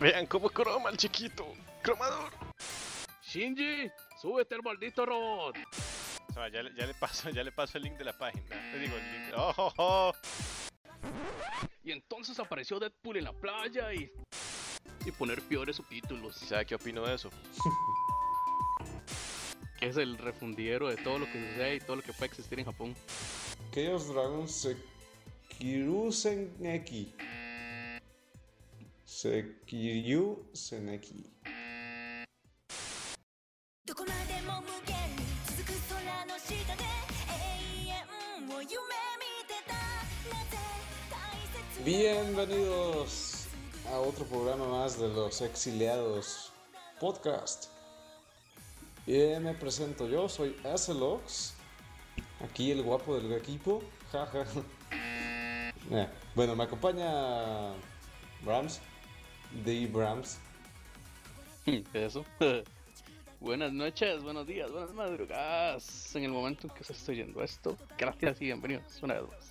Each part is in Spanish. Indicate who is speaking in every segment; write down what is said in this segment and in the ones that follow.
Speaker 1: Vean cómo croma el chiquito. Cromador.
Speaker 2: Shinji, súbete el maldito robot.
Speaker 1: O sea, ya, le- ya le paso, ya le paso el link de la página. Le digo el link. ¡Oh, oh, oh!
Speaker 2: Y entonces apareció Deadpool en la playa y. Y poner peores subtítulos.
Speaker 1: ¿Sabe qué opino de eso?
Speaker 2: Que es el refundiero de todo lo que sucede y todo lo que puede existir en Japón.
Speaker 3: Chaos Dragon Sekiryu Seneki. Sekiryu Seneki.
Speaker 4: どこまでも無限に続く空の下で永遠を夢見てたなぜ大切
Speaker 3: Bienvenidos a otro programa más de los exiliados podcast. Y me presento yo, soy Acelox, aquí el guapo del equipo, jaja. Eh, Bueno, me acompaña Brahms, D. Brahms.
Speaker 2: Eso. Buenas noches, buenos días, buenas madrugadas. En el momento en que se está oyendo esto, gracias y bienvenidos una vez más.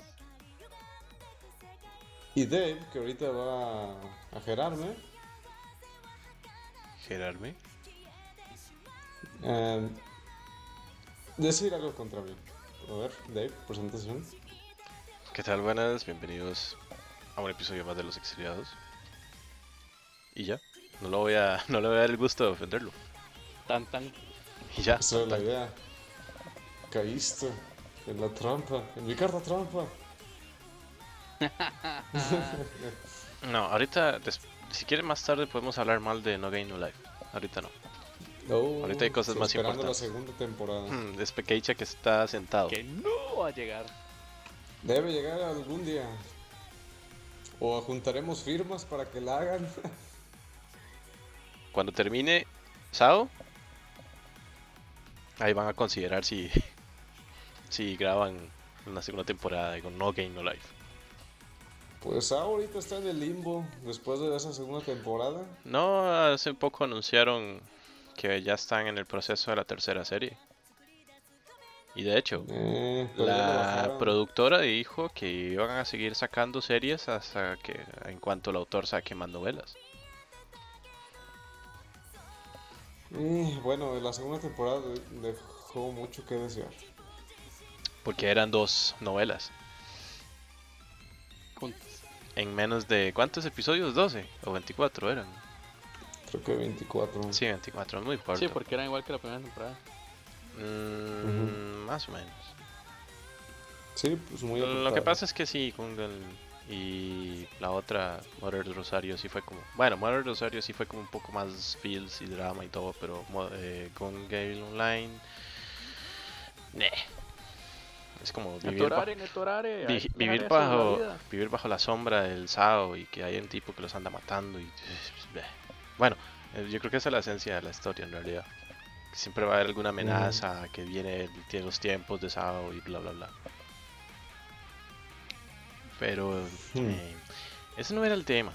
Speaker 3: Y Dave, que ahorita va a gerarme.
Speaker 1: ¿Gerarme?
Speaker 3: eh, decir algo contra mí. A ver, Dave, presentación.
Speaker 1: ¿Qué tal? Buenas, bienvenidos a un episodio más de Los Exiliados. Y ya, no, lo voy a, no le voy a dar el gusto de ofenderlo.
Speaker 2: Tan, tan.
Speaker 1: Y ya,
Speaker 3: Esa era la idea. Caíste en la trampa, en mi carta trampa.
Speaker 1: No, ahorita, des- si quieren más tarde podemos hablar mal de No Game No Life. Ahorita no.
Speaker 3: Oh,
Speaker 1: Ahorita hay cosas
Speaker 3: estoy
Speaker 1: más
Speaker 3: esperando
Speaker 1: importantes.
Speaker 3: la segunda temporada.
Speaker 1: Hmm, Es Pekeicha que está sentado.
Speaker 2: Que no va a llegar.
Speaker 3: Debe llegar algún día. O juntaremos firmas para que la hagan.
Speaker 1: Cuando termine Sao, ahí van a considerar si, si graban una segunda temporada de No Game No Life.
Speaker 3: Pues ahorita está en el limbo después de esa segunda temporada.
Speaker 1: No, hace poco anunciaron que ya están en el proceso de la tercera serie. Y de hecho,
Speaker 3: Eh, pero ya lo
Speaker 1: la
Speaker 3: bajaron.
Speaker 1: productora dijo que iban a seguir sacando series hasta que, en cuanto el autor saque más novelas.
Speaker 3: Eh, bueno, la segunda temporada de- dejó mucho que desear.
Speaker 1: Porque eran dos novelas.
Speaker 2: Con-
Speaker 1: En menos de, ¿cuántos episodios? ¿12 o 24 eran?
Speaker 3: Creo que 24.
Speaker 1: Sí, 24, muy corto.
Speaker 2: Sí, porque era igual que la primera temporada.
Speaker 1: Mm, Más o menos.
Speaker 3: Sí, pues muy
Speaker 1: Mm, Lo que
Speaker 3: apretado.
Speaker 1: pasa es que sí, Kungal y la otra, Mother de Rosario, sí fue como. Bueno, Mother de Rosario sí fue como un poco más feels y drama y todo, pero Mo- eh, Kungel Online. Neh. Es como vivir, ba-
Speaker 2: Netorare, netorare.
Speaker 1: vi-
Speaker 2: hay que
Speaker 1: vivir
Speaker 2: dejar eso en la
Speaker 1: bajo
Speaker 2: vida.
Speaker 1: vivir bajo la sombra del Sao y que hay un tipo que los anda matando. y bleh. Bueno, eh, yo creo que esa es la esencia de la historia en realidad. Siempre va a haber alguna amenaza que viene de los tiempos de Sao y bla bla bla. Pero
Speaker 3: Hmm.
Speaker 1: eh, ese no era el tema.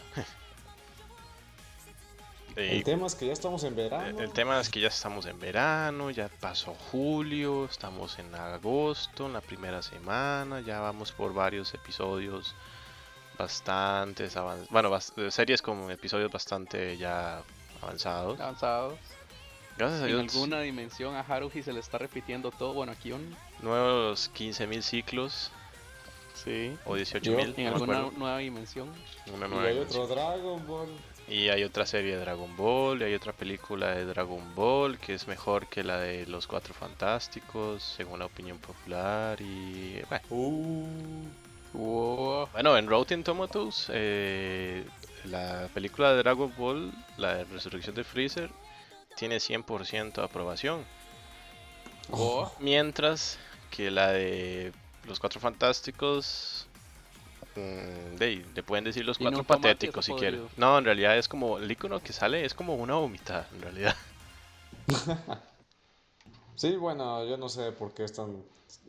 Speaker 1: Eh,
Speaker 3: El tema es que ya estamos en
Speaker 1: eh,
Speaker 3: verano.
Speaker 1: el tema es que ya estamos en verano, ya pasó julio, estamos en agosto, en la primera semana, ya vamos por varios episodios bastantes avan- bueno, bas- eh, series con episodios bastante ya avanzados.
Speaker 2: Avanzados.
Speaker 1: Gracias a
Speaker 2: En
Speaker 1: Dios,
Speaker 2: alguna dimensión a Haruhi se le está repitiendo todo. Bueno, aquí un.
Speaker 1: nuevos 15.000 ciclos
Speaker 2: Sí.
Speaker 1: o 18.000, no
Speaker 2: En
Speaker 1: me
Speaker 2: alguna
Speaker 1: acuerdo,
Speaker 2: nueva dimensión.
Speaker 1: una
Speaker 3: Y
Speaker 1: nueva
Speaker 3: hay
Speaker 1: dimensión.
Speaker 3: otro Dragon Ball.
Speaker 1: Y hay otra serie de Dragon Ball, y hay otra película de Dragon Ball que es mejor que la de Los Cuatro Fantásticos, según la opinión popular. Y bueno,
Speaker 3: Uh,
Speaker 2: Wow.
Speaker 1: Bueno, en Rotten Tomatoes, eh, la película de Dragon Ball, la de Resurrección de Freezer, tiene 100% de aprobación.
Speaker 2: Oh.
Speaker 1: Mientras que la de Los Cuatro Fantásticos, mm, de ahí, le pueden decir los
Speaker 2: Tiene
Speaker 1: cuatro
Speaker 2: un tomate
Speaker 1: patéticos si
Speaker 2: podrido.
Speaker 1: quieren. No, en realidad es como, el icono que sale es como una vomitada, en realidad.
Speaker 3: Sí, bueno, yo no sé por qué están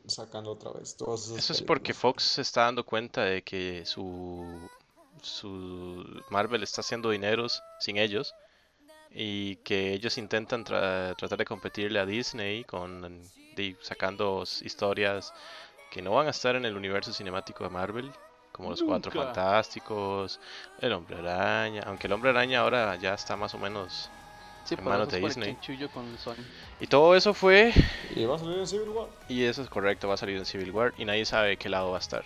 Speaker 3: sacando otra vez todas esas
Speaker 1: Eso es porque
Speaker 3: películas.
Speaker 1: Fox se está dando cuenta de que su, su Marvel está haciendo dineros sin ellos y que ellos intentan tra- tratar de competirle a Disney con de- sacando s- historias que no van a estar en el universo cinemático de Marvel, como los Cuatro
Speaker 2: Nunca.
Speaker 1: Fantásticos, el Hombre Araña, aunque el Hombre Araña ahora ya está más o menos...
Speaker 2: Sí, por
Speaker 1: Hermano
Speaker 2: eso
Speaker 1: de
Speaker 2: es por el
Speaker 1: Disney.
Speaker 2: chanchullo con Sony.
Speaker 1: Y todo eso fue,
Speaker 3: Y va a salir en Civil War.
Speaker 1: y eso es correcto, va a salir en Civil War y nadie sabe de qué lado va a estar.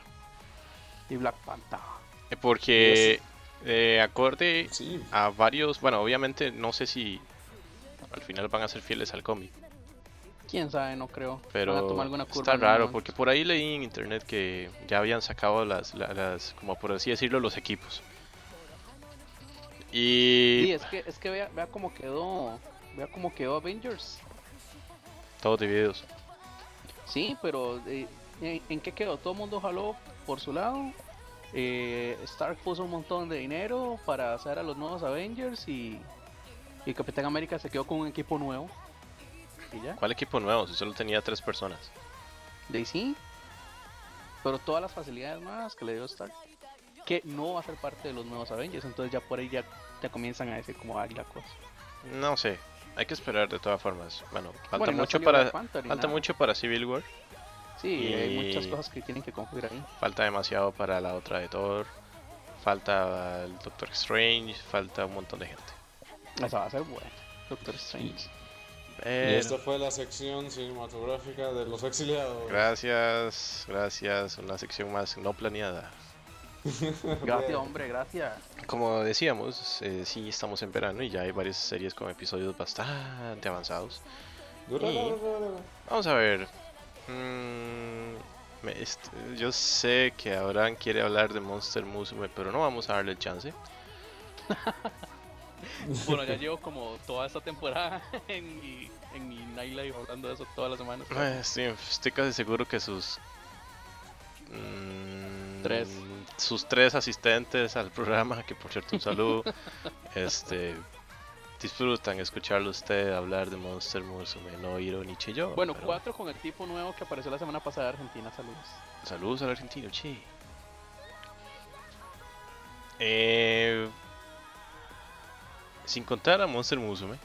Speaker 2: Y Black Panther.
Speaker 1: Eh, Porque eh, acorde
Speaker 3: Sí.
Speaker 1: a varios, bueno, obviamente no sé si al final van a ser fieles al cómic,
Speaker 2: Quién sabe, no creo.
Speaker 1: pero
Speaker 2: Van a tomar alguna curva
Speaker 1: está
Speaker 2: en algún
Speaker 1: raro
Speaker 2: momento.
Speaker 1: porque por ahí leí en internet que ya habían sacado las, la- las como por así decirlo, los equipos.
Speaker 2: Sí,
Speaker 1: Y
Speaker 2: es que, es que vea, vea cómo quedó. Vea cómo quedó Avengers.
Speaker 1: todos divididos.
Speaker 2: Sí, pero eh, ¿en, en qué quedó? Todo el mundo jaló por su lado. Eh, Stark puso un montón de dinero para hacer a los nuevos Avengers y, y Capitán América se quedó con un equipo nuevo. Y ya,
Speaker 1: ¿Cuál equipo nuevo? Si solo tenía tres personas.
Speaker 2: de ahí sí. Pero todas las facilidades más que le dio Stark, que no va a ser parte de los nuevos Avengers, entonces ya por ahí ya te comienzan a decir como hay la cosa.
Speaker 1: No sé, hay que esperar de todas formas. Bueno, falta
Speaker 2: Bueno, y no
Speaker 1: mucho
Speaker 2: salió
Speaker 1: para
Speaker 2: Black Panther ni
Speaker 1: falta
Speaker 2: nada.
Speaker 1: mucho para Civil War,
Speaker 2: Sí, hay muchas
Speaker 1: y-
Speaker 2: cosas que tienen que configurar ahí.
Speaker 1: falta demasiado para la otra de Thor, falta el Doctor Strange, falta un montón de gente.
Speaker 2: Esa va a ser buena, Doctor Strange.
Speaker 3: Y
Speaker 1: Pero-
Speaker 3: esta fue la sección cinematográfica de los exiliados.
Speaker 1: Gracias, gracias. Una sección más no planeada.
Speaker 2: Gracias, hombre, gracias.
Speaker 1: Como decíamos, eh, sí estamos en verano y ya hay varias series con episodios bastante avanzados.
Speaker 3: Dura,
Speaker 1: Y-
Speaker 3: dura, dura, dura.
Speaker 1: Vamos a ver. Mm, me- este, yo sé que Abraham quiere hablar de Monster Musume, pero no vamos a darle el chance.
Speaker 2: Bueno, ya llevo como toda esta temporada en mi, en mi nightlife hablando de eso todas las semanas.
Speaker 1: Eh, Estoy, estoy casi seguro que sus... mm,
Speaker 2: Tres.
Speaker 1: Sus tres asistentes al programa, que por cierto un saludo, este, disfrutan escucharlo usted hablar de Monster Musume, no Hiro ni Chillón.
Speaker 2: Bueno,
Speaker 1: pero
Speaker 2: cuatro con el tipo nuevo que apareció la semana pasada de Argentina, saludos.
Speaker 1: Saludos al argentino, che. Eh, sin contar a Monster Musume,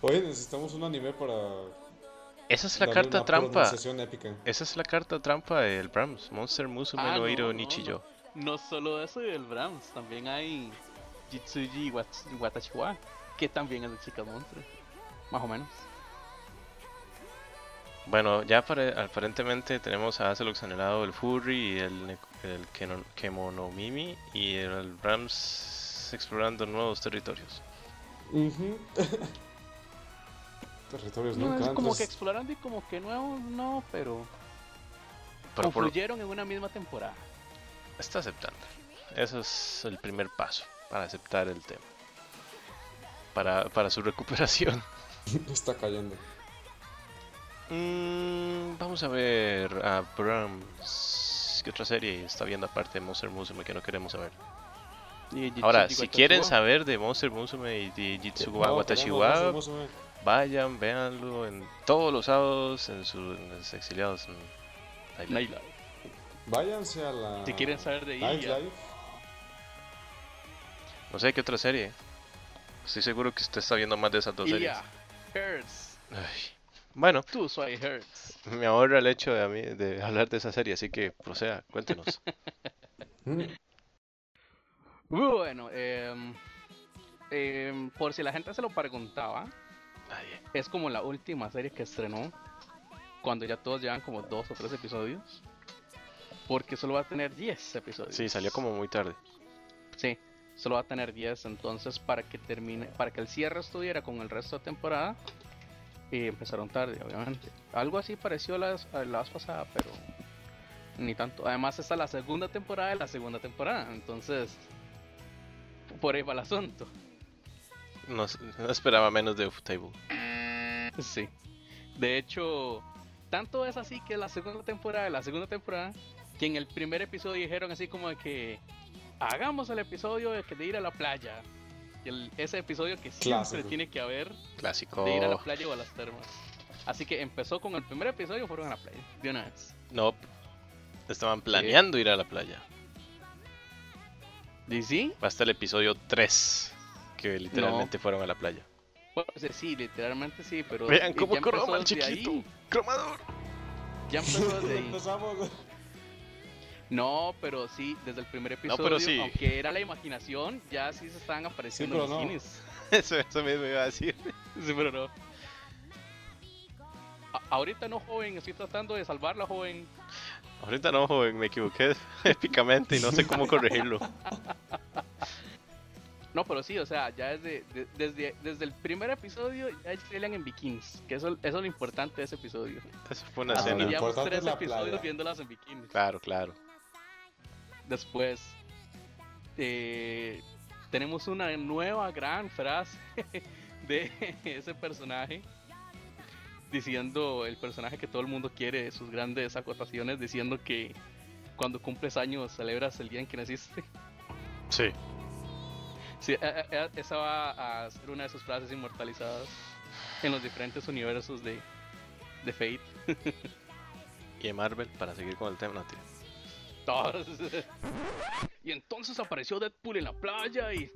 Speaker 3: Oye, necesitamos un anime para.
Speaker 1: esa es la
Speaker 3: darle
Speaker 1: carta
Speaker 3: una
Speaker 1: trampa.
Speaker 3: pronunciación épica.
Speaker 1: Esa es la carta trampa del Brahms, Monster Musume
Speaker 2: Ah,
Speaker 1: no
Speaker 2: no,
Speaker 1: Hiro
Speaker 2: no,
Speaker 1: ni
Speaker 2: no.
Speaker 1: Chillón.
Speaker 2: No solo eso y el Brahms, también hay Jitsuji Wat- Watachua, que también es de Chicas Monstruo, más o menos.
Speaker 1: Bueno, ya apare- aparentemente tenemos a Azelux anhelado, el Furry, y el, ne- el Keno- Kemonomimi y el Brahms explorando nuevos territorios.
Speaker 3: Ujú. Territorios
Speaker 2: No,
Speaker 3: nunca
Speaker 2: es como que
Speaker 3: antes.
Speaker 2: exploraron y como que nuevo, no, pero,
Speaker 1: Pero por-
Speaker 2: confluyeron en una misma temporada.
Speaker 1: está aceptando. Eso es el primer paso para aceptar el tema. Para, para su recuperación.
Speaker 3: Está cayendo.
Speaker 1: Mm, vamos a ver a Brahms. ¿Qué otra serie está viendo aparte de Monster Musume que no queremos saber?
Speaker 2: Y Jitsuji
Speaker 1: Ahora, si quieren
Speaker 2: Watachua,
Speaker 1: saber de Monster Musume y de Jitsu
Speaker 3: No, tenemos
Speaker 1: Watashi
Speaker 3: más
Speaker 1: wa
Speaker 3: hermoso, eh.
Speaker 1: Vayan, véanlo en todos los sábados en sus en los exiliados. en Thailand.
Speaker 2: Nightlife.
Speaker 3: Váyanse a la.
Speaker 2: Si quieren saber de
Speaker 3: Night
Speaker 2: ella.
Speaker 3: Life.
Speaker 1: No sé qué otra serie. Estoy seguro que usted está viendo más de esas dos series.
Speaker 2: Ilya Hurts,
Speaker 1: Ay. Bueno,
Speaker 2: tú soy Hurts.
Speaker 1: me ahorra el hecho de, a mí- de hablar de esa serie, así que proceda, cuéntenos.
Speaker 3: Mm.
Speaker 2: Bueno, em, em, por si la gente se lo preguntaba,
Speaker 1: Nadie.
Speaker 2: es como la última serie que estrenó, cuando ya todos llevan como dos o tres episodios, porque solo va a tener 10 episodios.
Speaker 1: Sí, salió como muy tarde.
Speaker 2: Sí, solo va a tener 10, entonces para que termine, para que el cierre estuviera con el resto de temporada, eh, empezaron tarde, obviamente. Algo así pareció la, a la vez pasada, pero ni tanto. Además está la segunda temporada de la segunda temporada, entonces por ahí va el asunto.
Speaker 1: No, s- no esperaba menos de Ufotable.
Speaker 2: Sí. De hecho, tanto es así que la segunda temporada de la segunda temporada, que en el primer episodio dijeron así como de que hagamos el episodio de, que de ir a la playa. Y el- ese episodio que siempre
Speaker 3: Clásico.
Speaker 2: tiene que haber
Speaker 1: Clásico.
Speaker 2: de ir a la playa o a las termas. Así que empezó con el primer episodio, fueron a la playa, de una vez.
Speaker 1: No, estaban planeando ir a la playa.
Speaker 2: ¿Y sí?
Speaker 1: Va hasta el episodio 3, que literalmente fueron a la playa.
Speaker 2: Bueno, sí, sí, literalmente sí, pero...
Speaker 1: Vean
Speaker 2: y
Speaker 1: cómo
Speaker 2: ya empezó
Speaker 1: croma el
Speaker 2: desde ahí,
Speaker 1: chiquito. Cromador.
Speaker 2: ya empezó desde ahí.
Speaker 3: Empezamos.
Speaker 2: No, pero sí, desde el primer
Speaker 1: pero
Speaker 2: episodio,
Speaker 1: sí.
Speaker 2: aunque era la imaginación, ya sí se estaban apareciendo
Speaker 3: Sí,
Speaker 2: los
Speaker 3: pero no.
Speaker 2: cines.
Speaker 1: Eso, eso mismo iba a decir.
Speaker 2: Sí, pero no. A- ahorita no, joven, estoy tratando de salvarla, joven.
Speaker 1: Ahorita no, joven, me equivoqué épicamente y no sé cómo corregirlo.
Speaker 2: No, pero sí, o sea, ya desde, de- desde, desde el primer episodio ya salen en bikinis, que eso, eso es lo importante de ese episodio.
Speaker 1: Eso fue una
Speaker 3: Ah,
Speaker 2: Así que
Speaker 1: escena.
Speaker 3: bueno.
Speaker 2: llevamos
Speaker 3: importante
Speaker 2: tres
Speaker 3: es la
Speaker 2: episodios
Speaker 3: playa.
Speaker 2: viéndolas en bikinis.
Speaker 1: Claro, claro.
Speaker 2: Después, eh, tenemos una nueva gran frase de ese personaje. Diciendo el personaje que todo el mundo quiere, sus grandes acotaciones, diciendo que cuando cumples años celebras el día en que naciste.
Speaker 1: Sí.
Speaker 2: Sí, e- e- e- esa va a ser una de sus frases inmortalizadas en los diferentes universos de, de Fate.
Speaker 1: Y en Marvel, para seguir con el tema, no, tira.
Speaker 2: Todos. Y entonces apareció Deadpool en la playa y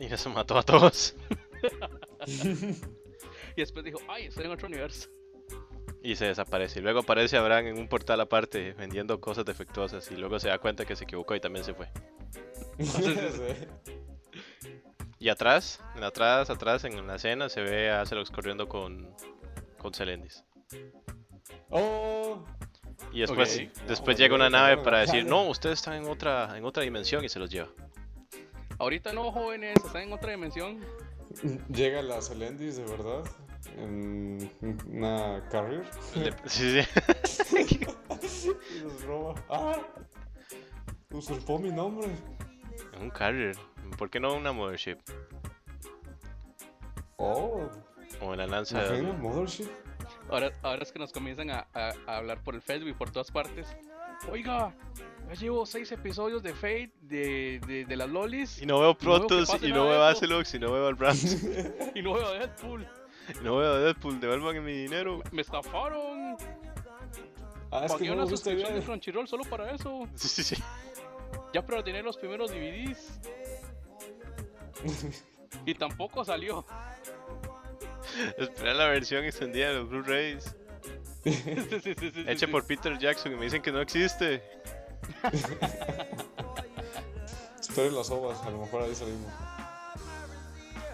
Speaker 1: Y eso mató a todos.
Speaker 2: Y después dijo, ay, estoy en otro universo.
Speaker 1: Y se desaparece. Y luego aparece Abraham en un portal aparte vendiendo cosas defectuosas. Y luego se da cuenta que se equivocó y también se fue.
Speaker 3: Sí.
Speaker 1: Y atrás, en atrás, atrás, en la escena se ve a Celox corriendo con, con Selendis.
Speaker 3: oh,
Speaker 1: Y después,
Speaker 2: Ok.
Speaker 1: después
Speaker 3: Vamos,
Speaker 1: llega una
Speaker 3: vamos,
Speaker 1: nave
Speaker 3: vamos.
Speaker 1: para decir, no, ustedes están en otra, en otra dimensión y se los lleva.
Speaker 2: Ahorita no, jóvenes, están en otra dimensión.
Speaker 3: llega la Celendis de verdad en una carrier
Speaker 1: Le- sí, sí.
Speaker 3: y los roba. ¡Ah! Usurpó mi nombre.
Speaker 1: En un carrier. ¿Por qué no una mothership?
Speaker 3: Oh,
Speaker 1: O en la lanza
Speaker 3: ¿la
Speaker 1: de...
Speaker 3: reina Mothership?
Speaker 2: Ahora, ahora es que nos comienzan a, a- a hablar por el Facebook y por todas partes. Oiga, ya llevo seis episodios de Fate, de, de, de las lolis,
Speaker 1: Y no veo Protoss,
Speaker 2: pase
Speaker 1: y
Speaker 2: nada
Speaker 1: no
Speaker 2: de
Speaker 1: veo a
Speaker 2: eso.
Speaker 1: Celox, y no veo al Brams,
Speaker 2: y no veo a Deadpool.
Speaker 1: y no veo a Deadpool, devuelvan mi dinero.
Speaker 2: Me estafaron.
Speaker 3: Ah, es
Speaker 2: Pagué
Speaker 3: que no
Speaker 2: una
Speaker 3: me gusta
Speaker 2: suscripción de
Speaker 3: bien.
Speaker 2: Crunchyroll solo para eso.
Speaker 1: Sí, sí, sí.
Speaker 2: Ya preordené los primeros DVDs. y tampoco salió.
Speaker 1: Esperar la versión extendida de los Blu-rays.
Speaker 2: Sí, sí, sí, sí,
Speaker 1: Hecha
Speaker 2: sí.
Speaker 1: por Peter Jackson y me dicen que no existe.
Speaker 3: Esperen las ovas, a lo mejor ahí salimos.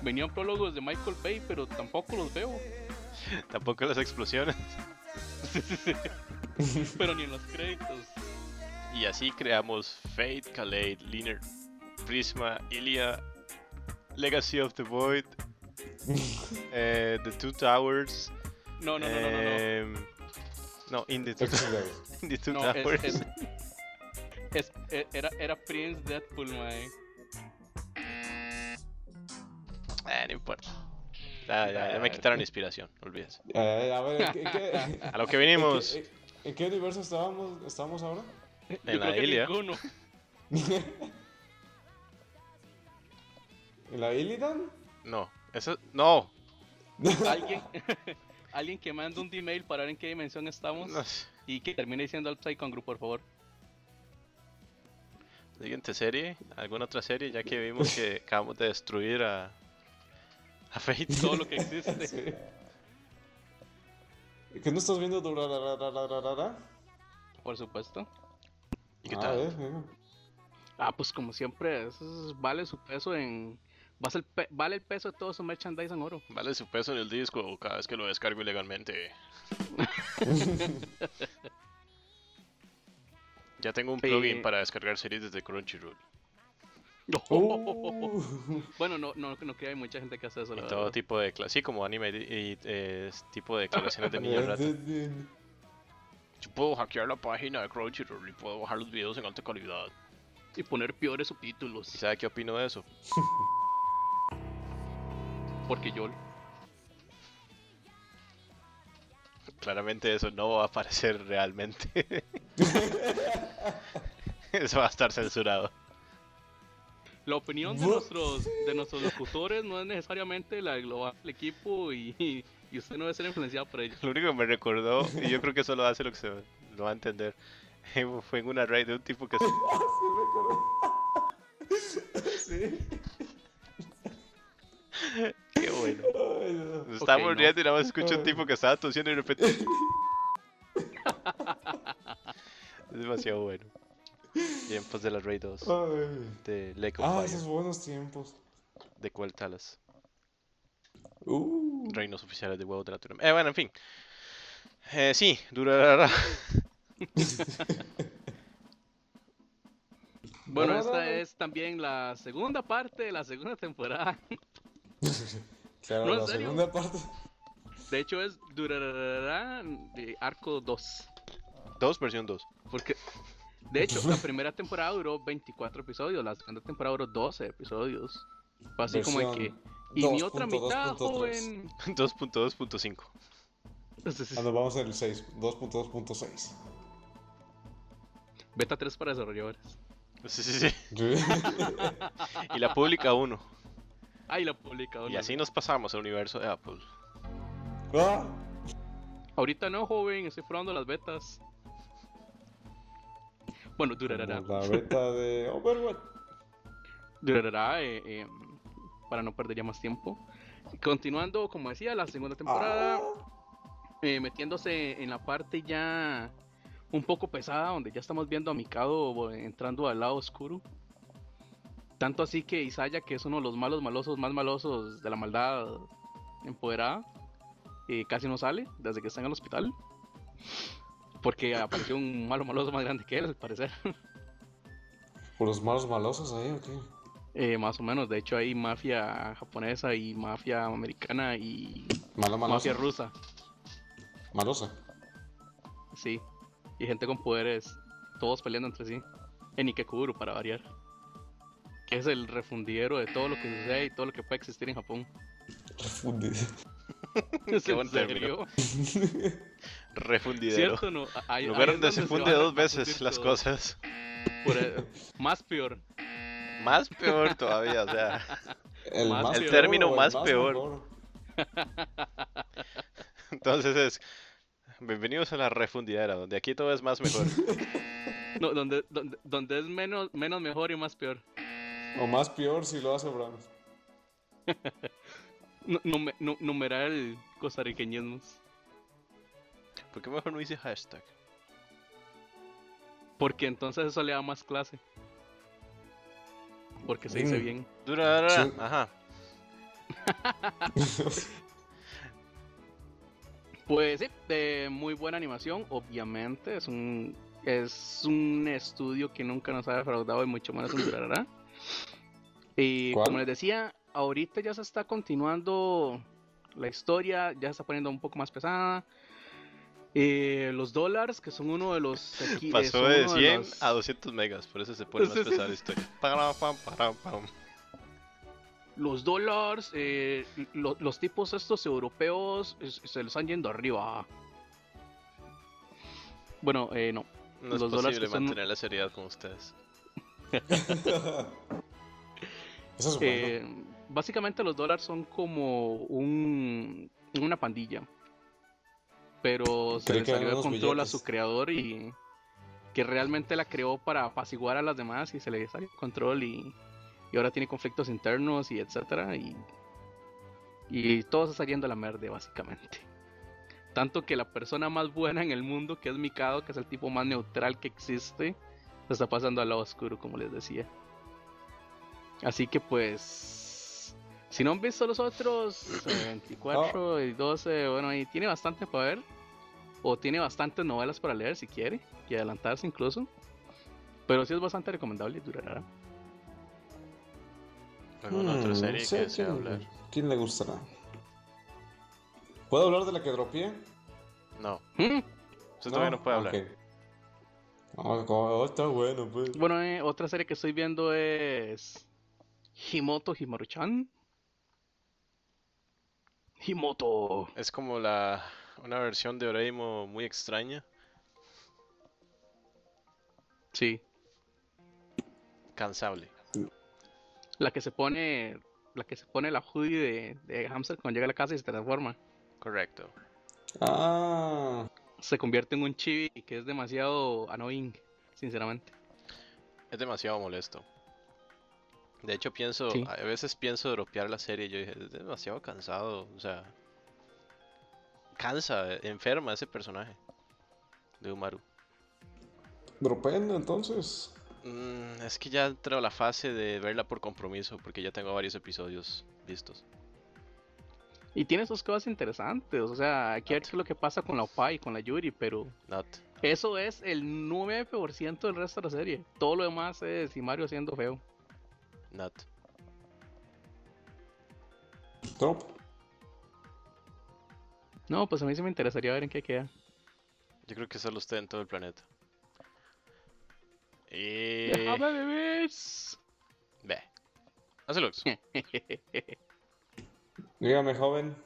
Speaker 2: Venían prólogos de Michael Bay, pero tampoco los veo.
Speaker 1: Tampoco las explosiones.
Speaker 2: pero ni en los créditos.
Speaker 1: Y así creamos Fate, Kaleid, Linear, Prisma, Ilia, Legacy of the Void, eh, The Two Towers.
Speaker 2: No, no, no, no, no. no.
Speaker 1: em, no, In the Two,
Speaker 3: Excelente.
Speaker 1: in the two
Speaker 2: No, es-
Speaker 1: Towers.
Speaker 2: es- es- e- era, era Prince Deadpool, mae.
Speaker 1: Ah, no importa.
Speaker 2: Mm.
Speaker 1: Ya, ya, ya me quitaron inspiración, olvídese.
Speaker 3: Eh, a ver, ¿en qué, en qué- en qué-
Speaker 1: A lo que vinimos,
Speaker 3: en- en qué universo estábamos, estamos ahora?
Speaker 1: En la
Speaker 2: creo que
Speaker 1: Ilia.
Speaker 2: ninguno.
Speaker 3: ¿En la Illidan?
Speaker 1: no, eso, no,
Speaker 2: Alguien, alguien que mande un email para ver en qué dimensión estamos
Speaker 1: no sé.
Speaker 2: y que termine diciendo al Psycon Group, por favor.
Speaker 1: Siguiente serie, alguna otra serie, ya que vimos que acabamos de destruir a, a Fate.
Speaker 2: Todo lo que existe.
Speaker 3: Sí. ¿Qué no estás viendo Durarararararara?
Speaker 2: Por supuesto.
Speaker 1: ¿Y qué
Speaker 3: Ah,
Speaker 1: tal?
Speaker 3: eh, eh.
Speaker 2: Ah, pues como siempre, eso es- vale su peso en. va a ser pe- vale el peso de todo su merchandise en oro.
Speaker 1: Vale su peso en el disco cada vez que lo descargo ilegalmente. ya tengo un
Speaker 2: Sí.
Speaker 1: plugin para descargar series desde Crunchyroll.
Speaker 2: Oh.
Speaker 3: Uh.
Speaker 2: Bueno, no, no, no creo que hay mucha gente que hace eso.
Speaker 1: Y
Speaker 2: la
Speaker 1: todo
Speaker 2: verdad.
Speaker 1: tipo de... cla- Sí, como anime y- y eh, es tipo de declaraciones de niño rata.
Speaker 3: Pero
Speaker 1: Yo puedo hackear la página de Crunchyroll y puedo bajar los videos en alta calidad.
Speaker 2: Y poner
Speaker 1: ¿Y
Speaker 2: peores subtítulos.
Speaker 1: sabe qué opino de eso?
Speaker 2: Porque yo.
Speaker 1: Claramente eso no va a aparecer realmente. eso va a estar censurado.
Speaker 2: La opinión de
Speaker 3: Bu-
Speaker 2: nuestros, de nuestros locutores no es necesariamente la del global del equipo y, y- y usted no debe ser influenciado por ello.
Speaker 1: Lo único que me recordó, y yo creo que eso lo hace lo que se lo va a entender, fue en una raid de un tipo que se- Qué bueno. Nos estábamos
Speaker 2: no.
Speaker 1: riendo y nada más escucho un tipo que estaba tosiendo y de repente. Es demasiado bueno. Tiempos de la Rey 2,
Speaker 3: Ay.
Speaker 1: de Lake of
Speaker 3: Ah,
Speaker 1: Fire,
Speaker 3: esos buenos tiempos.
Speaker 1: de Quell Talas,
Speaker 3: Uh.
Speaker 1: Reinos Oficiales de Huevos de la Turma. Eh, bueno, en fin. Eh, sí, durará.
Speaker 2: Bueno,
Speaker 3: No, no, no.
Speaker 2: esta es también la segunda parte de la segunda temporada.
Speaker 3: Claro,
Speaker 2: No, ¿en
Speaker 3: la
Speaker 2: serio?
Speaker 3: segunda parte.
Speaker 2: De hecho, es durará de Arco 2.
Speaker 1: 2 versión 2.
Speaker 2: Porque, de hecho, la primera temporada duró 24 episodios, la segunda temporada duró 12 episodios. Fue así como el que.
Speaker 3: Versión
Speaker 2: Y mi otra
Speaker 3: 2.2.3.
Speaker 2: mitad, joven.
Speaker 1: 2.2.5.
Speaker 2: Entonces,
Speaker 3: Ah, no, vamos en el 6, 2.2.6.
Speaker 2: beta 3 para desarrolladores.
Speaker 1: Sí, sí, sí.
Speaker 3: Sí.
Speaker 1: Y la pública 1.
Speaker 2: Ay, la publicadora.
Speaker 1: Y así nos pasamos al universo pues, de Apple.
Speaker 3: ah,
Speaker 2: Ahorita no, joven, estoy probando las betas. Bueno, durará.
Speaker 3: como la beta de Overwatch.
Speaker 2: durará eh, eh, para no perder ya más tiempo. Continuando, como decía, la segunda temporada,
Speaker 3: Ah,
Speaker 2: eh, metiéndose en la parte ya un poco pesada, donde ya estamos viendo a Mikado bo- entrando al lado oscuro. Tanto así que Isaya, que es uno de los malos malosos más malosos de la maldad empoderada, eh, casi no sale desde que está en el hospital. Porque apareció un malo maloso más grande que él, al parecer.
Speaker 3: por los malos malosos ahí, ¿o qué?
Speaker 2: Eh, más o menos, de hecho hay mafia japonesa y mafia americana y
Speaker 3: Mala
Speaker 2: mafia
Speaker 3: malosa.
Speaker 2: rusa,
Speaker 3: Malosa.
Speaker 2: sí. Y gente con poderes, todos peleando entre sí. En Ikekuru, para variar. Que es el refundiero de todo lo que sucede y todo lo que puede existir en Japón.
Speaker 3: Refundida.
Speaker 2: ¿Es
Speaker 1: Qué
Speaker 2: en
Speaker 1: buen término.
Speaker 2: serio?
Speaker 1: Refundidero.
Speaker 2: ¿Cierto o no? A- ahí-
Speaker 1: Lugar
Speaker 2: ahí es
Speaker 1: donde se
Speaker 2: donde
Speaker 1: funde
Speaker 2: van a
Speaker 1: dos veces
Speaker 2: fundir
Speaker 1: las
Speaker 2: todo.
Speaker 1: cosas.
Speaker 2: Por el- más peor.
Speaker 1: Más peor todavía, o sea.
Speaker 3: El,
Speaker 2: Más
Speaker 3: más
Speaker 2: El
Speaker 3: peor
Speaker 1: término
Speaker 3: o el
Speaker 1: más
Speaker 3: más
Speaker 1: peor.
Speaker 3: mejor.
Speaker 1: Entonces es. Bienvenidos a la refundidera, donde aquí todo es más mejor.
Speaker 2: No, donde, donde, donde es menos, menos mejor y más peor.
Speaker 3: O más peor si lo hace Bram.
Speaker 2: Nu- nume- nu- numeral costarriqueñismos.
Speaker 1: ¿Por qué mejor no hice hashtag?
Speaker 2: Porque entonces eso le da más clase. Porque se dice
Speaker 3: Mm.
Speaker 2: bien.
Speaker 1: Durará.
Speaker 3: Sí.
Speaker 1: Ajá.
Speaker 2: Pues sí, eh, muy buena animación, obviamente. Es un, es un estudio que nunca nos ha defraudado y mucho menos un Durarara. Y
Speaker 3: ¿Cuál?
Speaker 2: como les decía, ahorita ya se está continuando la historia, ya se está poniendo un poco más pesada. Eh, los dólares, que son uno de los... aquí- eh, son
Speaker 1: Pasó
Speaker 2: uno
Speaker 1: de 100
Speaker 2: los-
Speaker 1: a 200 megas, por eso se pone más
Speaker 2: Sí, sí,
Speaker 1: pesada la
Speaker 2: sí.
Speaker 1: historia. Param, pam, param, pam.
Speaker 2: los dólares, eh, lo- los tipos estos europeos es- se los están yendo arriba. Bueno, eh, no.
Speaker 1: No es
Speaker 2: Los dólares
Speaker 1: posible
Speaker 2: que son-
Speaker 1: mantener la seriedad con ustedes.
Speaker 3: Eso es bueno.
Speaker 2: Eh, básicamente los dólares son como un, una pandilla. Pero se
Speaker 3: Creí
Speaker 2: le
Speaker 3: que eran
Speaker 2: salió de
Speaker 3: unos
Speaker 2: control a
Speaker 3: billetes.
Speaker 2: su creador y que realmente la creó para apaciguar a las demás y se le salió de control y, y ahora tiene conflictos internos y etcétera y, y todo se está yendo a la merde básicamente. Tanto que la persona más buena en el mundo, que es Mikado, que es el tipo más neutral que existe, se está pasando al lado oscuro, como les decía. Así que pues... Si no han visto los otros, eh, 24 y 12, bueno, ahí tiene bastante para ver. O tiene bastantes novelas para leer si quiere, y adelantarse incluso. Pero sí es bastante recomendable y durará.
Speaker 1: ¿Alguna
Speaker 3: Hmm,
Speaker 1: otra serie
Speaker 3: sé
Speaker 1: que desea
Speaker 3: quién-
Speaker 1: hablar?
Speaker 3: ¿Quién le gustará? ¿Puedo hablar de la que dropié?
Speaker 1: No,
Speaker 2: Mm,
Speaker 1: usted todavía no puede hablar.
Speaker 3: ok. Ah, co- oh, está bueno, pues.
Speaker 2: Bueno, eh, otra serie que estoy viendo es Himoto Himaru-chan. Himoto.
Speaker 1: Es como la una versión de Oreimo muy extraña,
Speaker 2: Sí,
Speaker 1: cansable.
Speaker 2: la que se pone la que se pone la hoodie de, de hamster cuando llega a la casa y se transforma.
Speaker 1: Correcto.
Speaker 3: Ah,
Speaker 2: Se convierte en un chibi que es demasiado annoying, sinceramente.
Speaker 1: Es demasiado molesto. De hecho, pienso,
Speaker 2: Sí.
Speaker 1: a veces pienso dropear la serie. Yo dije, es demasiado cansado. O sea, cansa, enferma ese personaje de Umaru.
Speaker 3: Dropen, entonces.
Speaker 1: Mm, es que ya entro a la fase de verla por compromiso, porque ya tengo varios episodios vistos.
Speaker 2: Y tiene sus cosas interesantes. O sea, hay que ver qué es lo que pasa con la Opai, con la Yuri, pero
Speaker 1: Not.
Speaker 2: eso es el 9% del resto de la serie. Todo lo demás es Mario siendo feo.
Speaker 1: Not.
Speaker 3: Drop.
Speaker 2: No, pues a mí sí me interesaría ver en qué queda.
Speaker 1: Yo creo que solo usted en todo el planeta. Y...
Speaker 3: Eh,
Speaker 2: ¡Déjame bebés!
Speaker 1: Ve. Hazlo.
Speaker 3: Dígame, joven.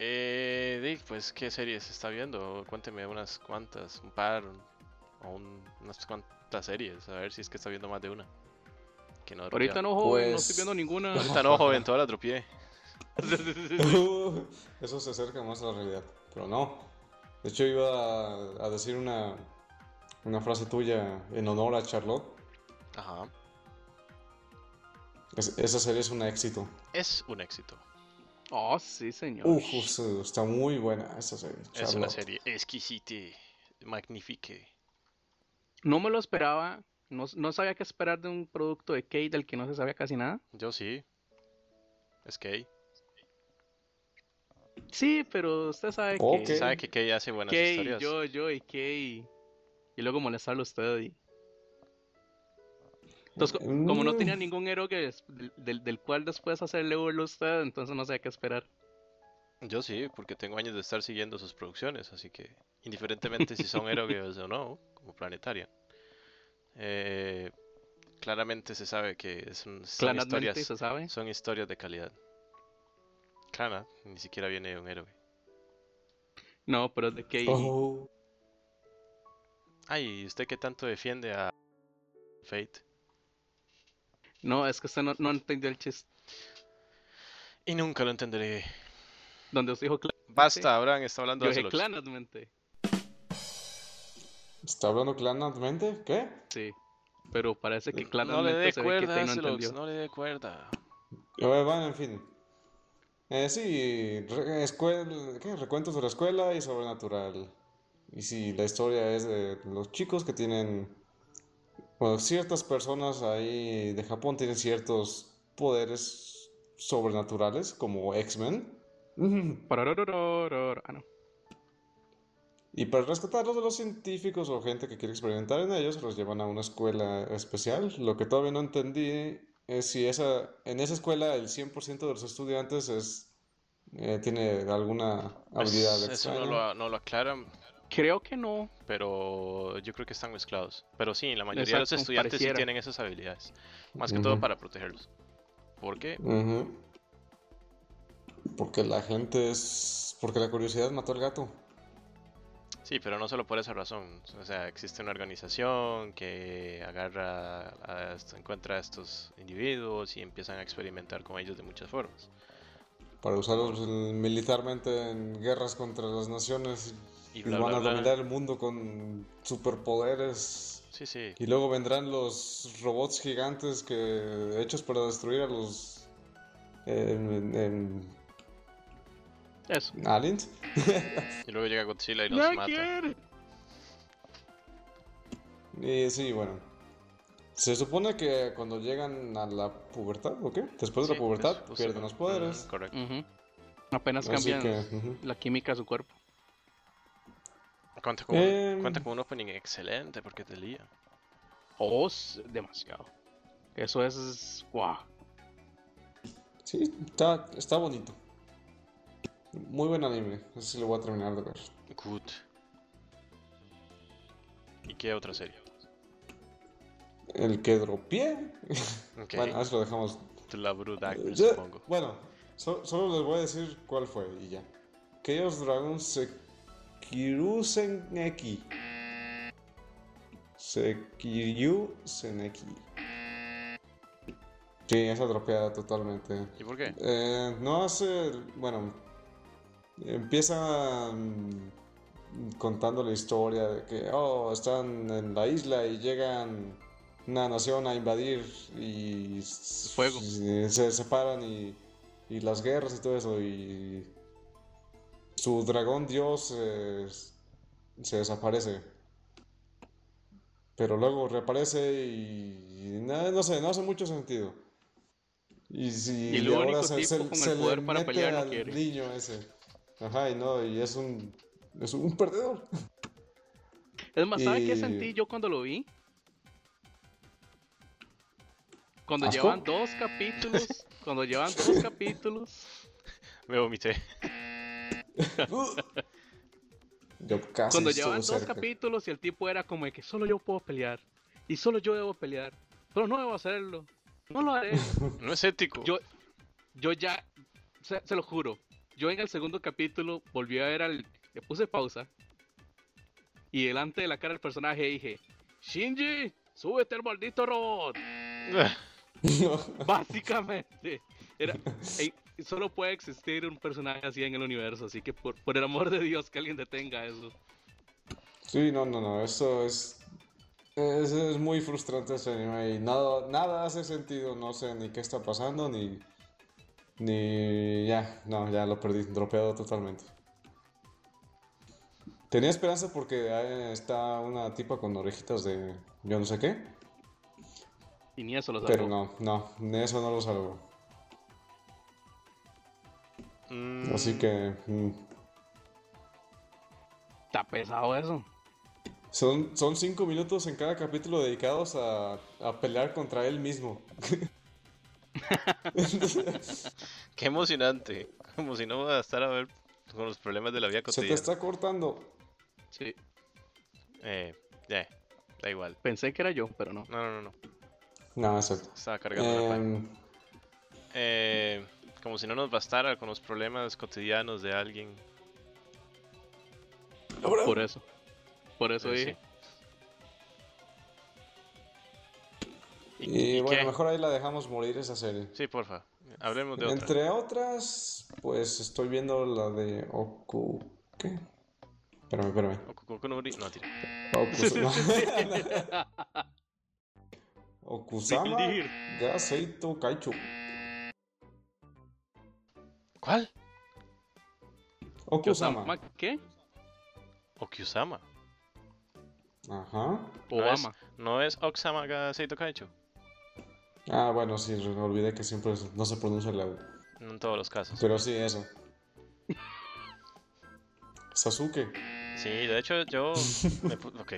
Speaker 1: Eh, Dick, pues, ¿qué series está viendo? Cuénteme unas cuantas, un par, un- o un- unas cuantas series, a ver si es que está viendo más de una. Que no
Speaker 2: Ahorita
Speaker 1: dropea.
Speaker 2: no, joven, no
Speaker 3: Pues-
Speaker 2: estoy viendo ninguna.
Speaker 1: Ahorita no, joven, todas las dropié.
Speaker 3: Uh, Eso se acerca más a la realidad, pero no. De hecho, iba a, a decir una, una frase tuya en honor a Charlotte.
Speaker 1: Ajá.
Speaker 3: Es- esa serie es un éxito.
Speaker 1: Es un éxito.
Speaker 2: Oh, sí, señor.
Speaker 3: Uf, uf, está muy buena esa serie.
Speaker 1: Es una
Speaker 3: Charlotte.
Speaker 1: serie exquisite, magnifique.
Speaker 2: No me lo esperaba. No, no sabía qué esperar de un producto de Kate del que no se sabía casi nada.
Speaker 1: Yo sí. Es Kay.
Speaker 2: Sí, pero usted sabe
Speaker 3: Ok.
Speaker 2: que.
Speaker 1: Sabe que Kay hace buenas
Speaker 2: Kay,
Speaker 1: historias.
Speaker 2: yo, yo y Kay. Y luego molestarlo a usted. y- Entonces, co- como no tenía
Speaker 3: Mm.
Speaker 2: ningún héroe que des- del, del cual después hacerle burla a usted, entonces no sabía qué esperar.
Speaker 1: Yo sí, porque tengo años de estar siguiendo sus producciones, así que indiferentemente si son erogues o no, como Planetaria, eh, claramente se sabe que es un- son
Speaker 2: Claramente
Speaker 1: historias,
Speaker 2: se sabe.
Speaker 1: son historias de calidad. Claro, ni siquiera viene un héroe.
Speaker 2: No, pero es de Kay.
Speaker 3: Oh,
Speaker 1: Ay, ¿y usted qué tanto defiende a Fate?
Speaker 2: No, es que usted no, no entendió el chiste.
Speaker 1: Y nunca lo entenderé.
Speaker 2: Donde usted dijo claramente.
Speaker 1: Basta, Abraham está hablando
Speaker 2: Yo
Speaker 1: de
Speaker 2: dije
Speaker 1: Axelox.
Speaker 2: claramente.
Speaker 3: ¿Está hablando claramente? ¿Qué?
Speaker 2: Sí. Pero parece que
Speaker 1: No le
Speaker 2: claramente
Speaker 1: dé
Speaker 2: se ve que
Speaker 1: cuerda,
Speaker 2: usted no
Speaker 1: Axelox,
Speaker 2: entendió.
Speaker 1: no le dé cuerda.
Speaker 3: Eh, Bueno, en fin. Eh, sí, re- escuel- ¿qué? recuentos de la escuela y sobrenatural. Y si la historia es de los chicos que tienen, bueno, ciertas personas ahí de Japón tienen ciertos poderes sobrenaturales, como X-Men. Ujú.
Speaker 2: Pararorororor. Ah, no.
Speaker 3: Y para rescatarlos de los científicos o gente que quiere experimentar en ellos, los llevan a una escuela especial. Lo que todavía no entendí es si esa, en esa escuela el 100% de los estudiantes es, eh, tiene alguna
Speaker 1: Pues,
Speaker 3: habilidad
Speaker 1: eso no
Speaker 3: extraña.
Speaker 1: lo, no lo aclaran,
Speaker 2: Creo que no.
Speaker 1: pero yo creo que están mezclados. Pero sí, la mayoría de los
Speaker 2: Exacto,
Speaker 1: estudiantes sí
Speaker 2: pareciera.
Speaker 1: tienen esas habilidades. Más que todo
Speaker 3: Ujú.
Speaker 1: para protegerlos. Porque
Speaker 3: Ujú. Porque la gente es... Porque la curiosidad mató al gato.
Speaker 1: sí, pero no solo por esa razón. O sea, existe una organización que agarra, a est- encuentra a estos individuos y empiezan a experimentar con ellos de muchas formas.
Speaker 3: Para usarlos eh, militarmente en guerras contra las naciones
Speaker 1: Y
Speaker 3: y
Speaker 1: bla,
Speaker 3: van
Speaker 1: bla,
Speaker 3: a
Speaker 1: bla.
Speaker 3: dominar el mundo con superpoderes.
Speaker 1: Sí, sí.
Speaker 3: Y luego vendrán los robots gigantes que hechos para destruir a los em, em,
Speaker 2: Eso.
Speaker 3: aliens.
Speaker 1: Y luego llega Godzilla y los
Speaker 2: No
Speaker 1: mata.
Speaker 2: quiere.
Speaker 3: Y sí, bueno. Se supone que cuando llegan a la pubertad, ¿o qué? Después de
Speaker 1: Sí,
Speaker 3: la pubertad
Speaker 1: pues, justo
Speaker 3: pierden
Speaker 1: con-
Speaker 3: los poderes.
Speaker 1: Ujú, correcto.
Speaker 2: Ujú. Apenas
Speaker 3: Así
Speaker 2: cambian
Speaker 3: que, ujú.
Speaker 2: la química de su cuerpo.
Speaker 1: Cuenta con, un-
Speaker 3: Em.
Speaker 1: cuenta con un opening excelente porque te lía.
Speaker 2: Oh, s- demasiado. Eso es. ¡Wow!
Speaker 3: sí, está, está bonito. Muy buen anime. Así lo voy a terminar de ver.
Speaker 1: Good. ¿Y qué otra serie?
Speaker 3: El que dropié.
Speaker 1: Ok,
Speaker 3: Bueno, Eh, así lo dejamos
Speaker 1: La Brood Agnes,
Speaker 3: Yo-
Speaker 1: supongo.
Speaker 3: Bueno, so- solo les voy a decir cuál fue y ya. Chaos Dragon Sekiryu Seneki. Sekiryu Seneki. Sí, es atropeada totalmente.
Speaker 1: ¿Y por qué?
Speaker 3: Eh, no hace. Bueno. Empieza mm, contando la historia de que, oh, están en la isla y llegan una nación a invadir y. s-
Speaker 2: Fuego.
Speaker 3: y Se separan y, y las guerras y todo eso. Y. Su dragón dios eh, se desaparece. pero luego reaparece y, y nada, no sé, no hace mucho sentido. Y si
Speaker 2: Y el
Speaker 3: ahora
Speaker 2: único
Speaker 3: se,
Speaker 2: tipo
Speaker 3: se-
Speaker 2: con el
Speaker 3: se le
Speaker 2: poder para
Speaker 3: mete
Speaker 2: pelear no
Speaker 3: al
Speaker 2: quiere.
Speaker 3: niño ese. Ajá, y no, y es un, es un perdedor.
Speaker 2: Es más, ¿sabe qué
Speaker 3: Y-
Speaker 2: sentí yo cuando lo vi? Cuando
Speaker 3: ¿Asco?
Speaker 2: llevan dos capítulos, cuando llevan dos capítulos,
Speaker 1: Me vomité.
Speaker 3: Yo casi
Speaker 2: cuando
Speaker 3: estuve
Speaker 2: llevan dos
Speaker 3: cerca.
Speaker 2: capítulos y el tipo era como de que solo yo puedo pelear y solo yo debo pelear, pero no debo hacerlo, no lo haré.
Speaker 1: No es ético.
Speaker 2: Yo, yo ya, se, se lo juro, yo en el segundo capítulo volví a ver al, le puse pausa y delante de la cara del personaje dije, Shinji, súbete al maldito robot. Básicamente. Era, ey, solo puede existir un personaje así en el universo, así que por, por el amor de Dios que alguien detenga eso.
Speaker 3: Sí, no, no, no, eso es, es, es muy frustrante ese anime y nada, nada hace sentido, no sé ni qué está pasando, ni, ni ya, no, ya lo perdí, dropeado totalmente. Tenía esperanza porque ahí está una tipa con orejitas de yo no sé qué,
Speaker 2: Y ni eso lo
Speaker 3: pero
Speaker 2: salvó.
Speaker 3: no, no, ni eso no lo salvo. Así
Speaker 1: Mm,
Speaker 3: que mm,
Speaker 2: Está pesado eso.
Speaker 3: son, son cinco minutos en cada capítulo dedicados a, a pelear contra él mismo.
Speaker 1: Qué emocionante. Como si no voy a estar a ver con los problemas de la vida
Speaker 3: Se te
Speaker 1: cotidiana.
Speaker 3: está cortando.
Speaker 2: Sí,
Speaker 1: Eh, ya, da igual.
Speaker 2: pensé que era yo, pero no.
Speaker 1: No, no, no, no.
Speaker 3: No, exacto.
Speaker 1: Estaba cargando la página.
Speaker 3: Em,
Speaker 1: Eh, como si no nos bastara con los problemas cotidianos de alguien. Pues,
Speaker 2: Por eso. Por eso
Speaker 1: Eh, sí.
Speaker 2: dije.
Speaker 1: ¿Y,
Speaker 3: y
Speaker 1: y
Speaker 3: bueno,
Speaker 1: qué?
Speaker 3: mejor ahí la dejamos morir esa serie.
Speaker 1: Sí, porfa. Hablemos de otra.
Speaker 3: Entre otras, pues estoy viendo la de Oku. ¿Qué? Espérame, espérame.
Speaker 1: Okugoku no Uri- No, tira.
Speaker 3: Okusu- Okusama
Speaker 2: Dividir.
Speaker 3: ga Seito Kaichu.
Speaker 1: ¿Cuál?
Speaker 3: Okusama.
Speaker 2: ¿Osama ¿Qué?
Speaker 1: Okyusama.
Speaker 3: Ajá.
Speaker 2: Obama.
Speaker 1: ¿No es Oksama ga Seito Kaicho?
Speaker 3: Ah, bueno, sí, re- olvidé que siempre es- no se pronuncia la U.
Speaker 1: No en todos los casos.
Speaker 3: Pero sí, eso. Sasuke.
Speaker 1: Sí, de hecho yo... Me pu- ok.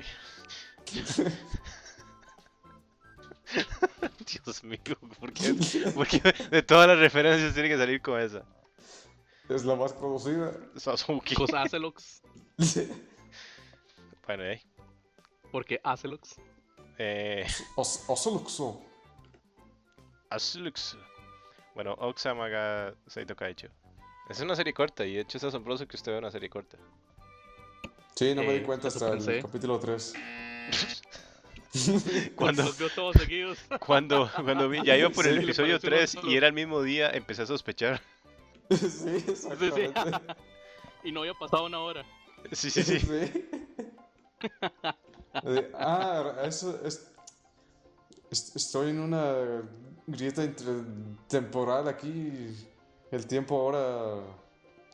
Speaker 1: Dios mío, ¿por qué, por qué de todas las referencias tiene que salir con esa?
Speaker 3: Es la más producida.
Speaker 1: Sasuke.
Speaker 2: Cosa Acelox.
Speaker 1: Bueno, eh.
Speaker 2: Porque Acelox.
Speaker 1: eh
Speaker 3: Os Osuluxu.
Speaker 1: Azulux. Bueno, Oksama ga Seito Kaicho. Es una serie corta y de hecho es asombroso que usted vea una serie corta.
Speaker 3: Sí, no me
Speaker 1: Eh,
Speaker 3: di cuenta
Speaker 2: eso
Speaker 3: hasta
Speaker 2: pensé.
Speaker 3: el capítulo 3.
Speaker 1: Cuando,
Speaker 2: Los vio todos seguidos.
Speaker 1: cuando, cuando vi, ya iba por el
Speaker 3: Sí, le
Speaker 1: episodio
Speaker 2: pareció
Speaker 1: 3
Speaker 2: raro.
Speaker 1: y era el mismo día, empecé a sospechar.
Speaker 3: Sí, exactamente.
Speaker 2: Y no había pasado una hora.
Speaker 1: Sí, sí, sí.
Speaker 3: Eh, ah, eso es, es- Estoy en una grieta intertemporal aquí. El tiempo ahora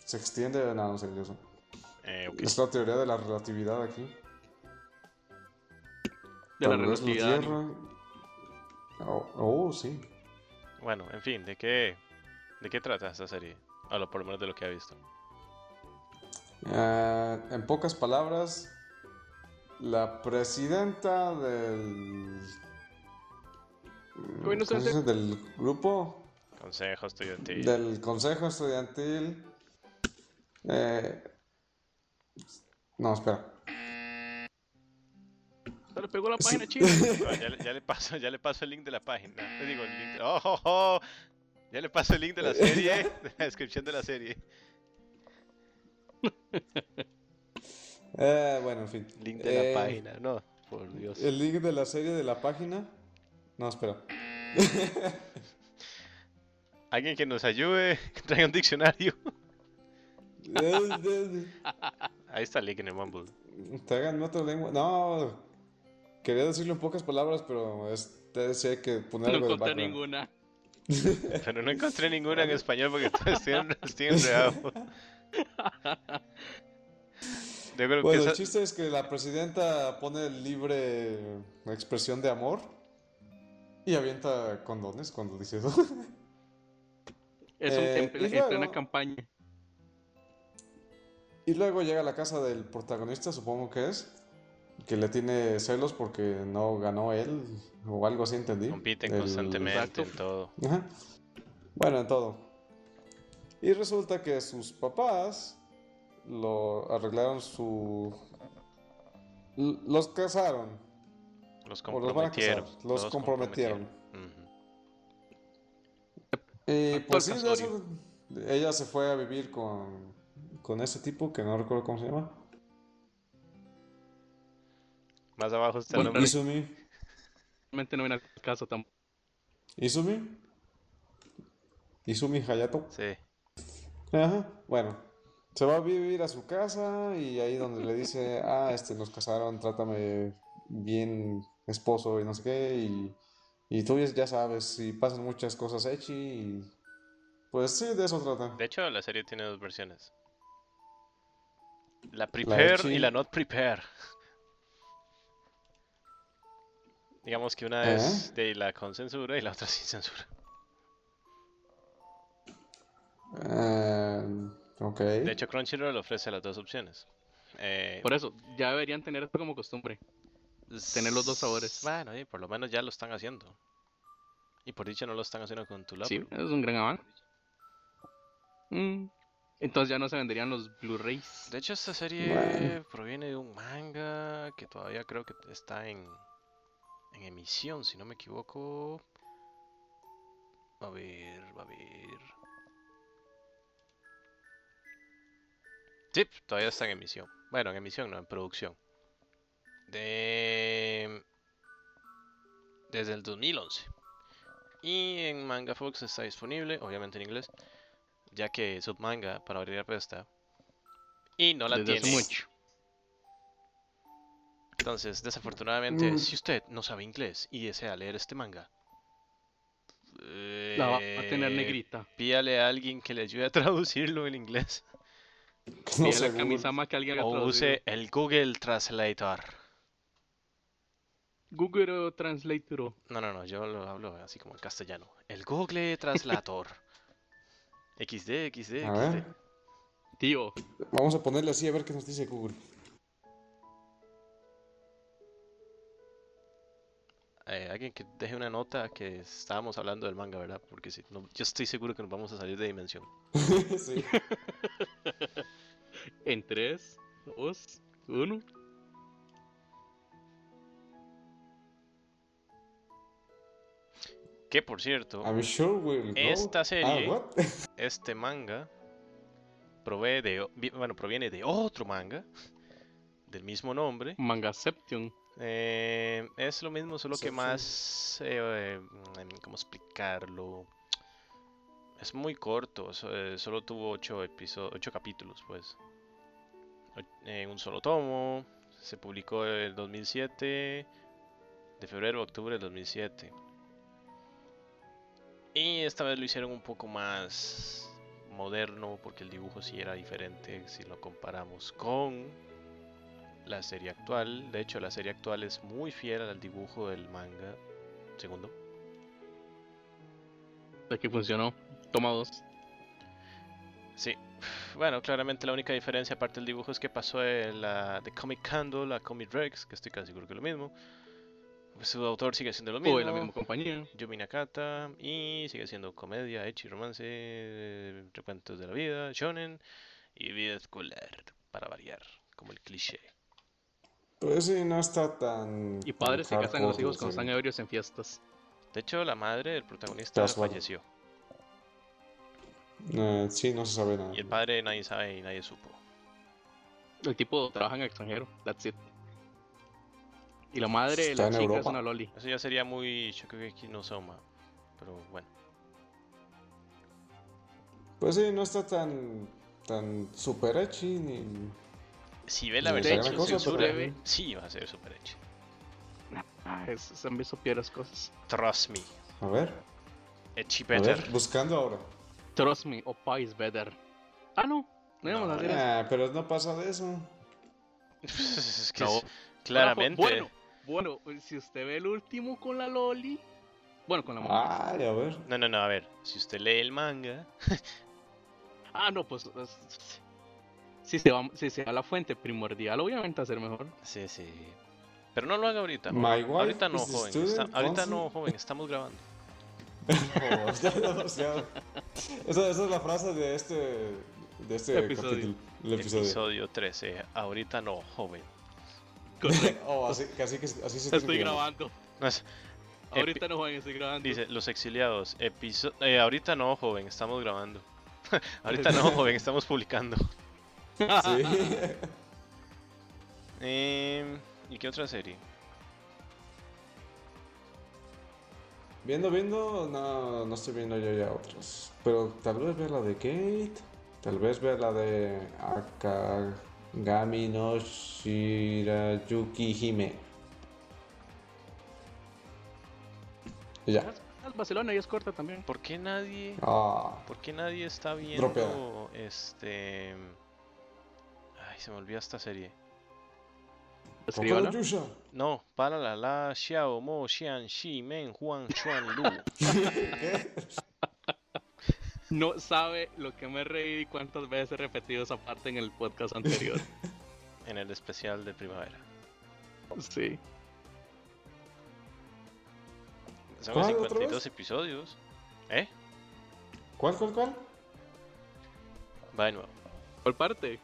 Speaker 3: se extiende. No, no sé yo sé.
Speaker 1: Eh, ok.
Speaker 3: Es la teoría de la relatividad aquí.
Speaker 2: De la
Speaker 3: Tal vez
Speaker 2: relatividad. ¿no?
Speaker 3: Tierra- Oh, oh, sí.
Speaker 1: Bueno, en fin, ¿de qué, ¿de qué trata esta serie? A lo por lo menos de lo que ha visto.
Speaker 3: Eh, en pocas palabras, la presidenta del.
Speaker 2: Uy, no sé
Speaker 3: ¿cómo se
Speaker 2: hacer-
Speaker 3: dice? Del grupo,
Speaker 1: Consejo estudiantil.
Speaker 3: del consejo estudiantil. eh, No, espera.
Speaker 2: Se le pegó la
Speaker 3: Sí.
Speaker 2: página china.
Speaker 1: No, Ah, ya, le, ya le paso, ya le paso el link de la página. Le digo, el link de- ¡Oh, oh, oh! Ya le paso el link de la serie, de la descripción de la serie.
Speaker 3: Eh, bueno, en fin. Eh,
Speaker 1: no, por Dios.
Speaker 3: El link de la serie de la página. No, espera.
Speaker 1: Alguien que nos ayude, que traiga un diccionario. Ahí está el link en el Mumble.
Speaker 3: Tráiganme otra lengua. No, quería decirlo en pocas palabras, pero este sí hay que poner
Speaker 2: No
Speaker 3: algo de
Speaker 2: encontré
Speaker 3: background.
Speaker 2: ninguna.
Speaker 1: Pero no encontré ninguna en español porque todos estoy enredado. Yo creo
Speaker 3: Bueno,
Speaker 1: que
Speaker 3: el
Speaker 1: esa-
Speaker 3: chiste es que la presidenta pone libre la expresión de amor y avienta condones cuando dice eso.
Speaker 2: Es
Speaker 3: Eh,
Speaker 2: un temple
Speaker 3: y
Speaker 2: en
Speaker 3: luego-
Speaker 2: plena campaña.
Speaker 3: Y luego llega a la casa del protagonista, supongo que es, que le tiene celos porque no ganó él o algo así, entendí.
Speaker 1: compiten
Speaker 3: El-
Speaker 1: constantemente
Speaker 2: Exacto.
Speaker 1: en todo.
Speaker 3: Ajá. Bueno, en todo. Y resulta que sus papás lo arreglaron su... l- Los casaron.
Speaker 1: Los
Speaker 3: O los van a casar,
Speaker 1: comprometieron.
Speaker 3: los comprometieron. Y
Speaker 2: Actual
Speaker 3: pues sí,
Speaker 2: casorio.
Speaker 3: eso- ella se fue a vivir con, con ese tipo que no recuerdo cómo se llama.
Speaker 1: Ujú. Más abajo está el
Speaker 2: Bueno,
Speaker 1: nombre.
Speaker 3: Izumi.
Speaker 2: Realmente no viene al caso tampoco.
Speaker 3: Izumi. Izumi Hayato.
Speaker 1: Sí.
Speaker 3: Ajá, bueno, se va a vivir a su casa y ahí donde le dice, ah, este, nos casaron, trátame bien, esposo y no sé qué, y, y tú ya- ya sabes, y pasan muchas cosas echi, y pues sí, de eso trata.
Speaker 1: De hecho, la serie tiene dos versiones. La
Speaker 3: de
Speaker 1: prepare y
Speaker 3: Chin.
Speaker 1: la not prepare. Digamos que una
Speaker 3: ¿Eh?
Speaker 1: es de la con censura y la otra sin censura.
Speaker 3: Eh, ok.
Speaker 1: De hecho, Crunchyroll ofrece las dos opciones. Eh,
Speaker 2: Por eso, ya deberían tener esto como costumbre. tener los dos sabores.
Speaker 1: Bueno, sí, por lo menos ya lo están haciendo. Y por dicho no lo están haciendo con tu laptop.
Speaker 2: Sí, es un gran avance. Mm, Entonces ya no se venderían los Blu-rays.
Speaker 1: De hecho, esta serie
Speaker 3: Bueno.
Speaker 1: proviene de un manga que todavía creo que está en, en emisión, si no me equivoco. A ver, a ver. Sí, todavía está en emisión. Bueno, en emisión, no, en producción. De... Desde el 2011. Y en Manga Fox está disponible, obviamente en inglés, ya que Submanga para abrir está. Y no la
Speaker 2: desde hace
Speaker 1: tiene.
Speaker 2: mucho.
Speaker 1: Entonces, desafortunadamente,
Speaker 3: Mm.
Speaker 1: si usted no sabe inglés y desea leer este manga,
Speaker 2: La va a tener
Speaker 1: eh,
Speaker 2: negrita.
Speaker 1: Pídale a alguien que le ayude a traducirlo en inglés.
Speaker 3: Que no
Speaker 2: Y
Speaker 3: sé,
Speaker 2: la
Speaker 3: Google.
Speaker 2: camisama que alguien haga
Speaker 1: O
Speaker 2: traducido.
Speaker 1: use el Google Translator.
Speaker 2: Google Translator.
Speaker 1: No, no, no, yo lo hablo así como en castellano. El Google Translator. XD, XD,
Speaker 3: A ver,
Speaker 1: XD.
Speaker 2: Tío,
Speaker 3: vamos a ponerle así a ver qué nos dice Google.
Speaker 1: Eh, alguien que deje una nota que estábamos hablando del manga, ¿verdad? Porque si no, yo estoy seguro que nos vamos a salir de dimensión.
Speaker 3: Sí.
Speaker 2: en 3, 2, 1.
Speaker 1: Que por cierto,
Speaker 3: I'm sure we'll go.
Speaker 1: Esta serie-
Speaker 3: Ah, what?
Speaker 1: este manga provee de, o- vi- bueno, proviene de otro manga del mismo nombre.
Speaker 2: Mangaception.
Speaker 1: Eh, es lo mismo, solo que
Speaker 3: Inception.
Speaker 1: más... eh, mm, ¿Cómo explicarlo? Es muy corto, so- eh, solo tuvo ocho, episo- ocho capítulos, pues. O- eh, un solo tomo, se publicó el 2007, de febrero a octubre del 2007. Y esta vez lo hicieron un poco más moderno, porque el dibujo sí era diferente si lo comparamos con la serie actual. De hecho, la serie actual es muy fiel al dibujo del manga. Segundo.
Speaker 2: De que funcionó. Toma 2.
Speaker 1: Sí. Bueno, claramente la única diferencia aparte del dibujo es que pasó de, la, de Comic Candle a Comic Rex, que estoy casi seguro que es lo mismo. Pues, Su autor sigue siendo lo mismo.
Speaker 2: O de la misma compañía.
Speaker 1: Yumi Nakata y sigue siendo comedia, ecchi, romance, eh, recuentos de la vida, shonen y vida escolar, para variar, como el cliché.
Speaker 3: Pues sí, no está tan...
Speaker 2: Y padres se
Speaker 3: tan
Speaker 2: casan a los
Speaker 3: hardcore,
Speaker 2: hijos cuando
Speaker 3: sí.
Speaker 2: están ebrios en fiestas.
Speaker 1: De hecho, la madre del protagonista
Speaker 3: Casual.
Speaker 1: falleció
Speaker 3: Eh, sí, no se sabe nada.
Speaker 1: y el padre nadie sabe y nadie supo.
Speaker 2: El tipo trabaja en extranjero. That's it. Y la madre de la
Speaker 3: Está en
Speaker 2: chica es
Speaker 3: Europa.
Speaker 2: una loli.
Speaker 1: Eso ya sería muy Shokugeki no Soma, pero bueno.
Speaker 3: Pues sí, no está tan tan super echi ni
Speaker 1: Si ve la
Speaker 3: Ni
Speaker 1: versión
Speaker 3: gran
Speaker 1: sin
Speaker 3: cosa,
Speaker 1: censura,
Speaker 2: pero-
Speaker 1: sí va a ser super hecho.
Speaker 2: Ah, es- se han visto peores cosas.
Speaker 1: Trust me,
Speaker 3: a ver,
Speaker 1: Echi
Speaker 3: a
Speaker 1: better.
Speaker 3: ver, buscando ahora.
Speaker 2: Trust me, Opa is better. Ah, no. No íbamos
Speaker 1: No,
Speaker 2: a hacer eso.
Speaker 3: Ah, pero no pasa de eso.
Speaker 1: Es que
Speaker 2: No.
Speaker 1: es- claramente.
Speaker 2: Bueno, bueno, si usted ve el último con la Loli. Bueno, con la mamá.
Speaker 1: Ah.
Speaker 3: Ay, a ver.
Speaker 1: No, no, no, a ver. Si usted lee el manga,
Speaker 2: Ah, no, pues. es- Si se, va, si se va a la fuente primordial, obviamente va a ser mejor.
Speaker 1: sí, sí. Pero no lo haga ahorita.
Speaker 3: My
Speaker 1: joven.
Speaker 3: wife
Speaker 1: Ahorita no,
Speaker 3: is a
Speaker 1: joven.
Speaker 3: student
Speaker 1: está- ahorita
Speaker 3: council.
Speaker 1: no, joven. Estamos grabando.
Speaker 3: Oh, ya demasiado. Esa, esa es la frase de este, de este
Speaker 2: Episodio.
Speaker 3: capítulo. El episodio.
Speaker 1: Episodio 13. Ahorita no, joven.
Speaker 2: Correcto.
Speaker 3: Oh, así, que así, que- así se tiene
Speaker 2: Estoy
Speaker 3: que llamar.
Speaker 2: grabando.
Speaker 1: No es- Epi-
Speaker 2: Ahorita no, Juan, estoy grabando.
Speaker 1: Dice, los exiliados. episo- eh, ahorita no, joven. Estamos grabando. ahorita no, joven. Estamos publicando.
Speaker 3: Sí.
Speaker 1: Em, ¿Y qué otra serie?
Speaker 3: Viendo, viendo, no, no estoy viendo yo ya otros. Pero tal vez vea la de Kate, tal vez vea la de Akagami no Shirayuki Hime. Y Ya.
Speaker 2: Ah, Barcelona y es corta también.
Speaker 1: ¿Por qué nadie,
Speaker 3: Ah,
Speaker 1: por qué nadie está viendo
Speaker 3: Dropeada.
Speaker 1: este? Ay, se me olvidó esta serie.
Speaker 2: Escríbala.
Speaker 3: Tokoro Yusha.
Speaker 1: No, para la la Xiao Mo Xian Shi Men Juan Chuan Lu.
Speaker 2: No sabe lo que me reí y cuántas veces he repetido esa parte en el podcast anterior.
Speaker 1: en el especial de primavera.
Speaker 2: sí.
Speaker 1: Son
Speaker 3: ¿Cuál, otra
Speaker 1: 52
Speaker 3: vez?
Speaker 1: episodios. ¿Eh?
Speaker 3: ¿Cuál, cuál, cuál?
Speaker 1: Va de nuevo.
Speaker 2: ¿Por parte?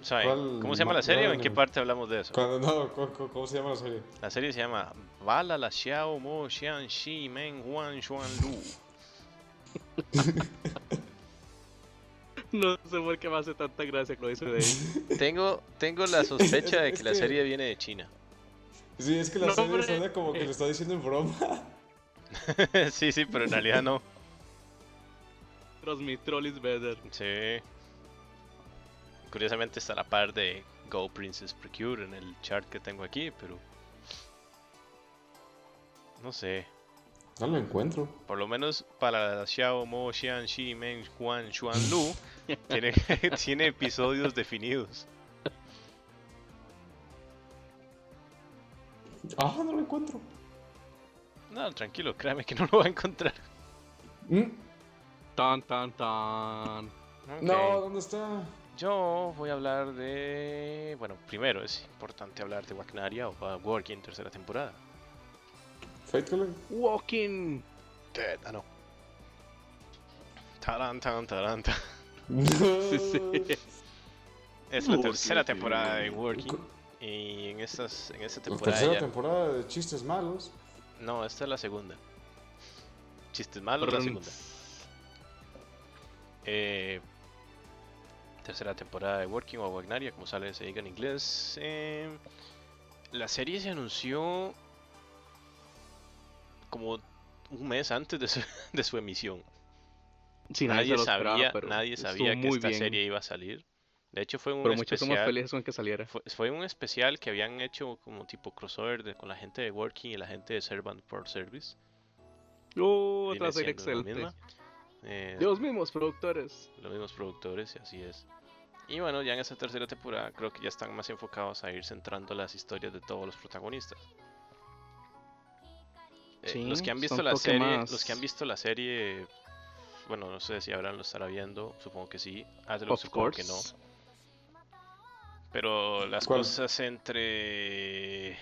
Speaker 1: O sea, ¿en-
Speaker 3: ¿Cuál
Speaker 1: ¿Cómo se llama
Speaker 3: ma-
Speaker 1: la serie o en
Speaker 3: cuál-
Speaker 1: qué parte hablamos de eso?
Speaker 3: Cuando no, cu- cu- ¿cómo se llama la serie?
Speaker 1: La serie se llama Bala la Xiao Mo Xian Shi Men Juan Chuan Lu.
Speaker 2: No sé por qué me hace tanta gracia que lo dice de ahí.
Speaker 1: Tengo, tengo la sospecha de
Speaker 3: es
Speaker 1: que la
Speaker 3: que-
Speaker 1: serie viene de China.
Speaker 3: Sí, es que la
Speaker 2: No,
Speaker 3: serie
Speaker 2: hombre.
Speaker 3: suena como que lo está diciendo en broma.
Speaker 1: sí, sí, pero en realidad no.
Speaker 2: Trust me, troll is better.
Speaker 1: Sí. Curiosamente está a la par de Go Princess Precure en el chart que tengo aquí, pero. No sé.
Speaker 3: No lo encuentro.
Speaker 1: Por lo menos para la Xiao, Mo, Xian, Shi, Men, Juan, Xuan, Lu, tiene, tiene episodios definidos.
Speaker 3: Ah, no lo encuentro.
Speaker 1: No, tranquilo, créame que no lo va a encontrar.
Speaker 3: Mm,
Speaker 2: Tan, tan, tan.
Speaker 3: No,
Speaker 1: Ok.
Speaker 3: ¿dónde está?
Speaker 1: Yo voy a hablar de. Bueno, primero es importante hablar de Wagneria o uh, Working tercera temporada.
Speaker 3: Fate Collect.
Speaker 2: Walking.
Speaker 1: Dead, ah, no. Taran, tan, taran, tan.
Speaker 2: Sí, sí.
Speaker 1: Es la
Speaker 2: Working,
Speaker 1: tercera
Speaker 2: sí,
Speaker 1: temporada de
Speaker 2: no.
Speaker 1: Working. Y en, estas, en esta
Speaker 3: La
Speaker 1: temporada
Speaker 3: tercera
Speaker 1: ya.
Speaker 3: temporada de chistes malos.
Speaker 1: No, esta es la segunda. Chistes malos, la segunda. Eh, tercera temporada de Working o Wagnaria, como sale, se diga en inglés. Eh, la serie se anunció como un mes antes de su, de su emisión.
Speaker 2: Sí,
Speaker 1: nadie,
Speaker 2: se lo
Speaker 1: sabía,
Speaker 2: esperaba, pero
Speaker 1: nadie
Speaker 2: estuvo
Speaker 1: sabía que
Speaker 2: muy
Speaker 1: esta
Speaker 2: bien.
Speaker 1: serie iba a salir. De hecho, fue un
Speaker 2: Pero muchos somos
Speaker 1: especial.
Speaker 2: felices con que saliera.
Speaker 1: Fue, fue un especial que habían hecho como tipo crossover de- con la gente de Working y la gente de Servant for Service.
Speaker 2: Oh,
Speaker 1: Viene
Speaker 2: otra serie
Speaker 1: siendo la
Speaker 2: excelente.
Speaker 1: misma. Eh,
Speaker 2: Los mismos productores.
Speaker 1: los mismos productores y así es. Y bueno, ya en esta tercera temporada creo que ya están más enfocados a ir centrando las historias de todos los protagonistas. Eh,
Speaker 2: Sí,
Speaker 1: los que han
Speaker 2: son
Speaker 1: visto la
Speaker 2: toque
Speaker 1: serie,
Speaker 2: más.
Speaker 1: los que han visto la serie, bueno, no sé si habrán lo estará viendo, supongo que sí, Atlus
Speaker 2: Of
Speaker 1: supongo
Speaker 2: course.
Speaker 1: que no, pero las
Speaker 3: ¿Cuál?
Speaker 1: cosas entre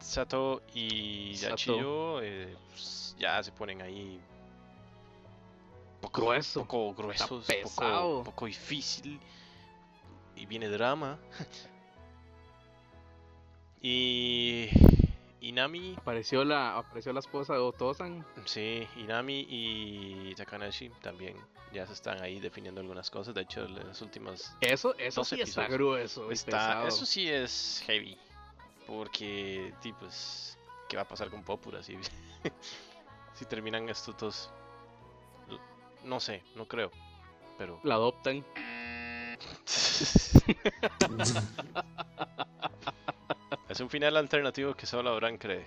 Speaker 1: Sato y
Speaker 2: Sato.
Speaker 1: Yachiyo eh, pues, ya se ponen ahí poco
Speaker 2: Grueso.
Speaker 1: poco gruesos,
Speaker 2: pesado.
Speaker 1: poco, poco difícil. Y viene drama. y. Inami.
Speaker 2: Apareció la, apareció la esposa de Otosan.
Speaker 1: Sí, Inami y Takanashi también ya se están ahí definiendo algunas cosas. De hecho, las últimas.
Speaker 2: Eso, eso
Speaker 1: Dos
Speaker 2: sí está
Speaker 1: episodios.
Speaker 2: grueso. y
Speaker 1: Está,
Speaker 2: pesado.
Speaker 1: eso sí es heavy. Porque, tipo, pues, ¿qué va a pasar con Popura si, si terminan estos dos? No sé, no creo. Pero.
Speaker 2: La adoptan.
Speaker 1: Es un final alternativo que solo Abraham cree.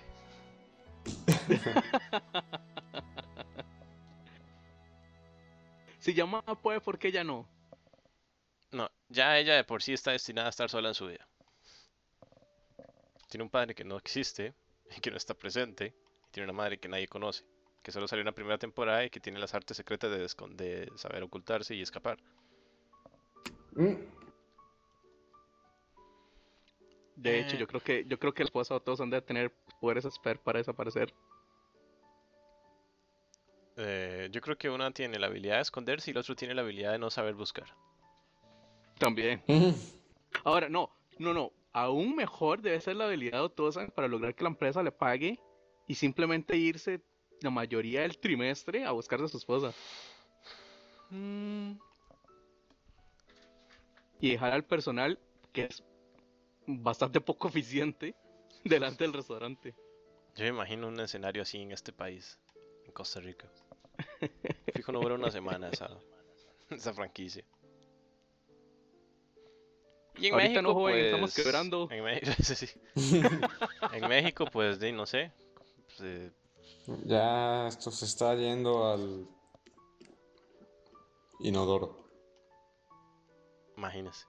Speaker 2: Si Yamaha puede, ¿por qué ya no?
Speaker 1: No, ya ella de por sí está destinada a estar sola en su vida. Tiene un padre que no existe y que no está presente. Y tiene una madre que nadie conoce. Que solo salió en la primera temporada y que tiene las artes secretas de, descon- de saber ocultarse y escapar.
Speaker 3: Mm,
Speaker 2: De hecho,
Speaker 1: Eh.
Speaker 2: yo creo que yo creo que el esposa de todos han de tener poderes esper para desaparecer.
Speaker 1: Eh, yo creo que una tiene la habilidad de esconderse y el otro tiene la habilidad de no saber buscar.
Speaker 2: También.
Speaker 3: mm.
Speaker 2: Ahora, no, no, no. Aún mejor debe ser la habilidad de Otosan para lograr que la empresa le pague y simplemente irse la mayoría del trimestre a buscar a su esposa y dejar al personal, que es bastante poco eficiente, delante del restaurante.
Speaker 1: Yo me imagino un escenario así en este país, en Costa Rica. Fijo, no dura una semana esa, esa franquicia. Y pues,
Speaker 2: Ahorita no, joven, estamos quebrando.
Speaker 1: En, Me- sí, sí. En México, pues, de, no sé. pues, eh,
Speaker 3: Ya esto se está yendo al inodoro.
Speaker 1: imagínese.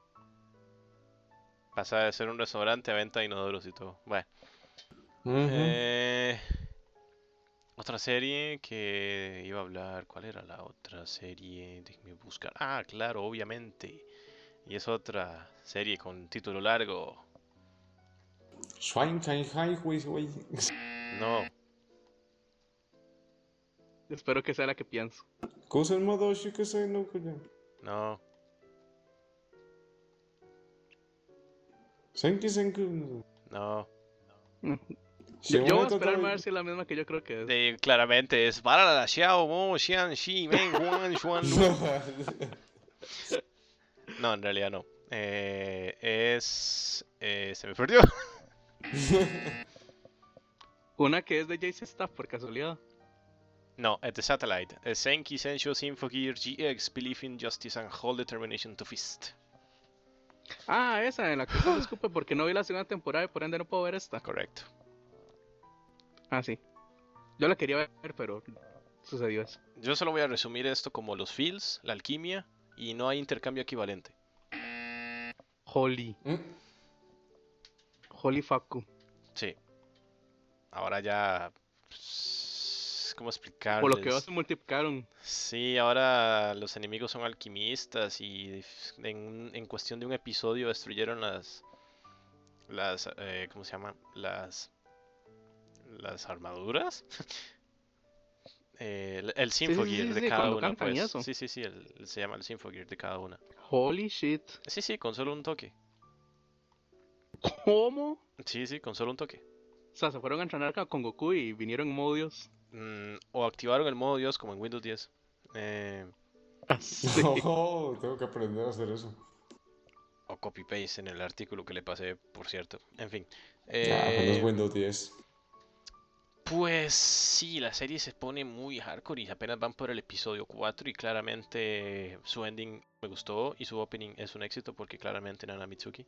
Speaker 1: Pasa de ser un restaurante a venta de inodoros y todo. Bueno.
Speaker 3: Ujú.
Speaker 1: Eh, otra serie que iba a hablar, ¿cuál era la otra serie? Déjeme buscar. Ah, claro, obviamente. Y es otra serie con título largo.
Speaker 3: Schwein kein Highway, güey.
Speaker 1: No,
Speaker 2: Espero que sea la que pienso.
Speaker 3: Kusen Madoshi, que se no, coño.
Speaker 1: no,
Speaker 3: Senki Senku.
Speaker 1: no.
Speaker 2: Yo, yo voy a
Speaker 3: Shimoneta
Speaker 2: esperarme a ver
Speaker 3: Toy.
Speaker 2: si es la misma que yo creo que es.
Speaker 1: Eh, claramente es para la Xiao, Mo, Xian, Shi, Men, Juan, Xuan, Lu. No, en realidad no. Eh, es. eh, se me perdió.
Speaker 2: Una que es de Jason Staff, por casualidad.
Speaker 1: No, at the satellite. Eh, Senki Sensho Symphogear GX, Believe in Justice and Hold Determination to Fist.
Speaker 2: Ah, esa, en la que no disculpe porque no vi la segunda temporada y por ende no puedo ver esta.
Speaker 1: Correcto.
Speaker 2: Ah, sí. Yo la quería ver, pero sucedió eso.
Speaker 1: Yo solo voy a resumir esto como los feels, la alquimia y no hay intercambio equivalente.
Speaker 2: Holy,
Speaker 3: Mm.
Speaker 2: Holy Faku.
Speaker 1: Sí. Ahora ya. pues, ¿Cómo explicarles?
Speaker 2: Por lo que veo se multiplicaron.
Speaker 1: Sí, ahora los enemigos son alquimistas y f- en, en cuestión de un episodio destruyeron las. las eh, ¿Cómo se llama? Las. las armaduras. Eh, el, el
Speaker 2: sí,
Speaker 1: Symphogear
Speaker 2: sí,
Speaker 1: de
Speaker 2: sí,
Speaker 1: cada
Speaker 2: cuando
Speaker 1: una,
Speaker 2: cantan y
Speaker 1: pues.
Speaker 2: eso.
Speaker 1: Sí, sí, sí, el- se llama el Symphogear de cada una.
Speaker 2: Holy shit.
Speaker 1: Sí, sí, con solo un toque.
Speaker 2: ¿Cómo?
Speaker 1: Sí, sí, con solo un toque.
Speaker 2: O sea, se fueron a entrenar ca- con Goku y vinieron en modo Dios.
Speaker 1: Mm, o activaron el modo Dios como en Windows 10. eh,
Speaker 2: Sí.
Speaker 3: Oh, tengo que aprender a hacer eso.
Speaker 1: o copy paste en el artículo que le pasé, por cierto. En fin.
Speaker 3: Ah, no
Speaker 1: eh,
Speaker 3: es Windows 10.
Speaker 1: Pues sí, la serie se pone muy hardcore y apenas van por el episodio 4 y claramente su ending me gustó y su opening es un éxito porque claramente Nana Mitsuki.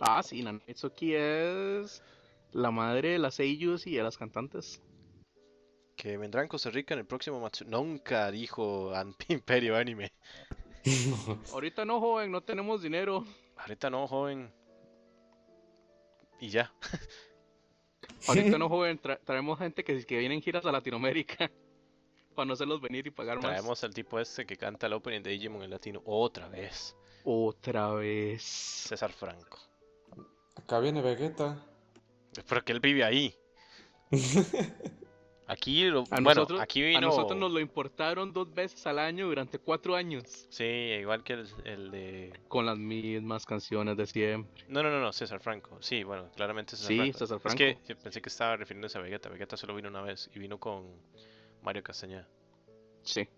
Speaker 2: Ah, sí, Nanatsuki es la madre de las Eiyus y de las cantantes.
Speaker 1: Que vendrá en Costa Rica en el próximo Matsu... Nunca dijo An- Imperio Anime.
Speaker 2: Ahorita no, joven, no tenemos dinero.
Speaker 1: Ahorita no, joven. Y ya.
Speaker 2: Ahorita no, joven, tra- traemos gente que, que viene en giras a Latinoamérica. Para no hacerlos venir y pagar más.
Speaker 1: Traemos al tipo este que canta el opening de Digimon en latino otra vez.
Speaker 2: Otra vez.
Speaker 1: César Franco.
Speaker 3: Acá viene Vegeta.
Speaker 1: Pero que él vive ahí. Aquí, lo-
Speaker 2: A
Speaker 1: bueno,
Speaker 2: nosotros-
Speaker 1: aquí
Speaker 2: A
Speaker 1: vino.
Speaker 2: nosotros nos lo importaron dos veces al año durante cuatro años.
Speaker 1: Sí, igual que el, el de.
Speaker 2: Con las mismas canciones de siempre.
Speaker 1: No, no, no, no, César Franco. Sí, bueno, claramente César
Speaker 2: Sí,
Speaker 1: Franco.
Speaker 2: César
Speaker 1: Es
Speaker 2: Franco.
Speaker 1: que yo pensé que estaba refiriéndose a Vegeta. Vegeta solo vino una vez y vino con Mario Castañeda.
Speaker 2: Sí.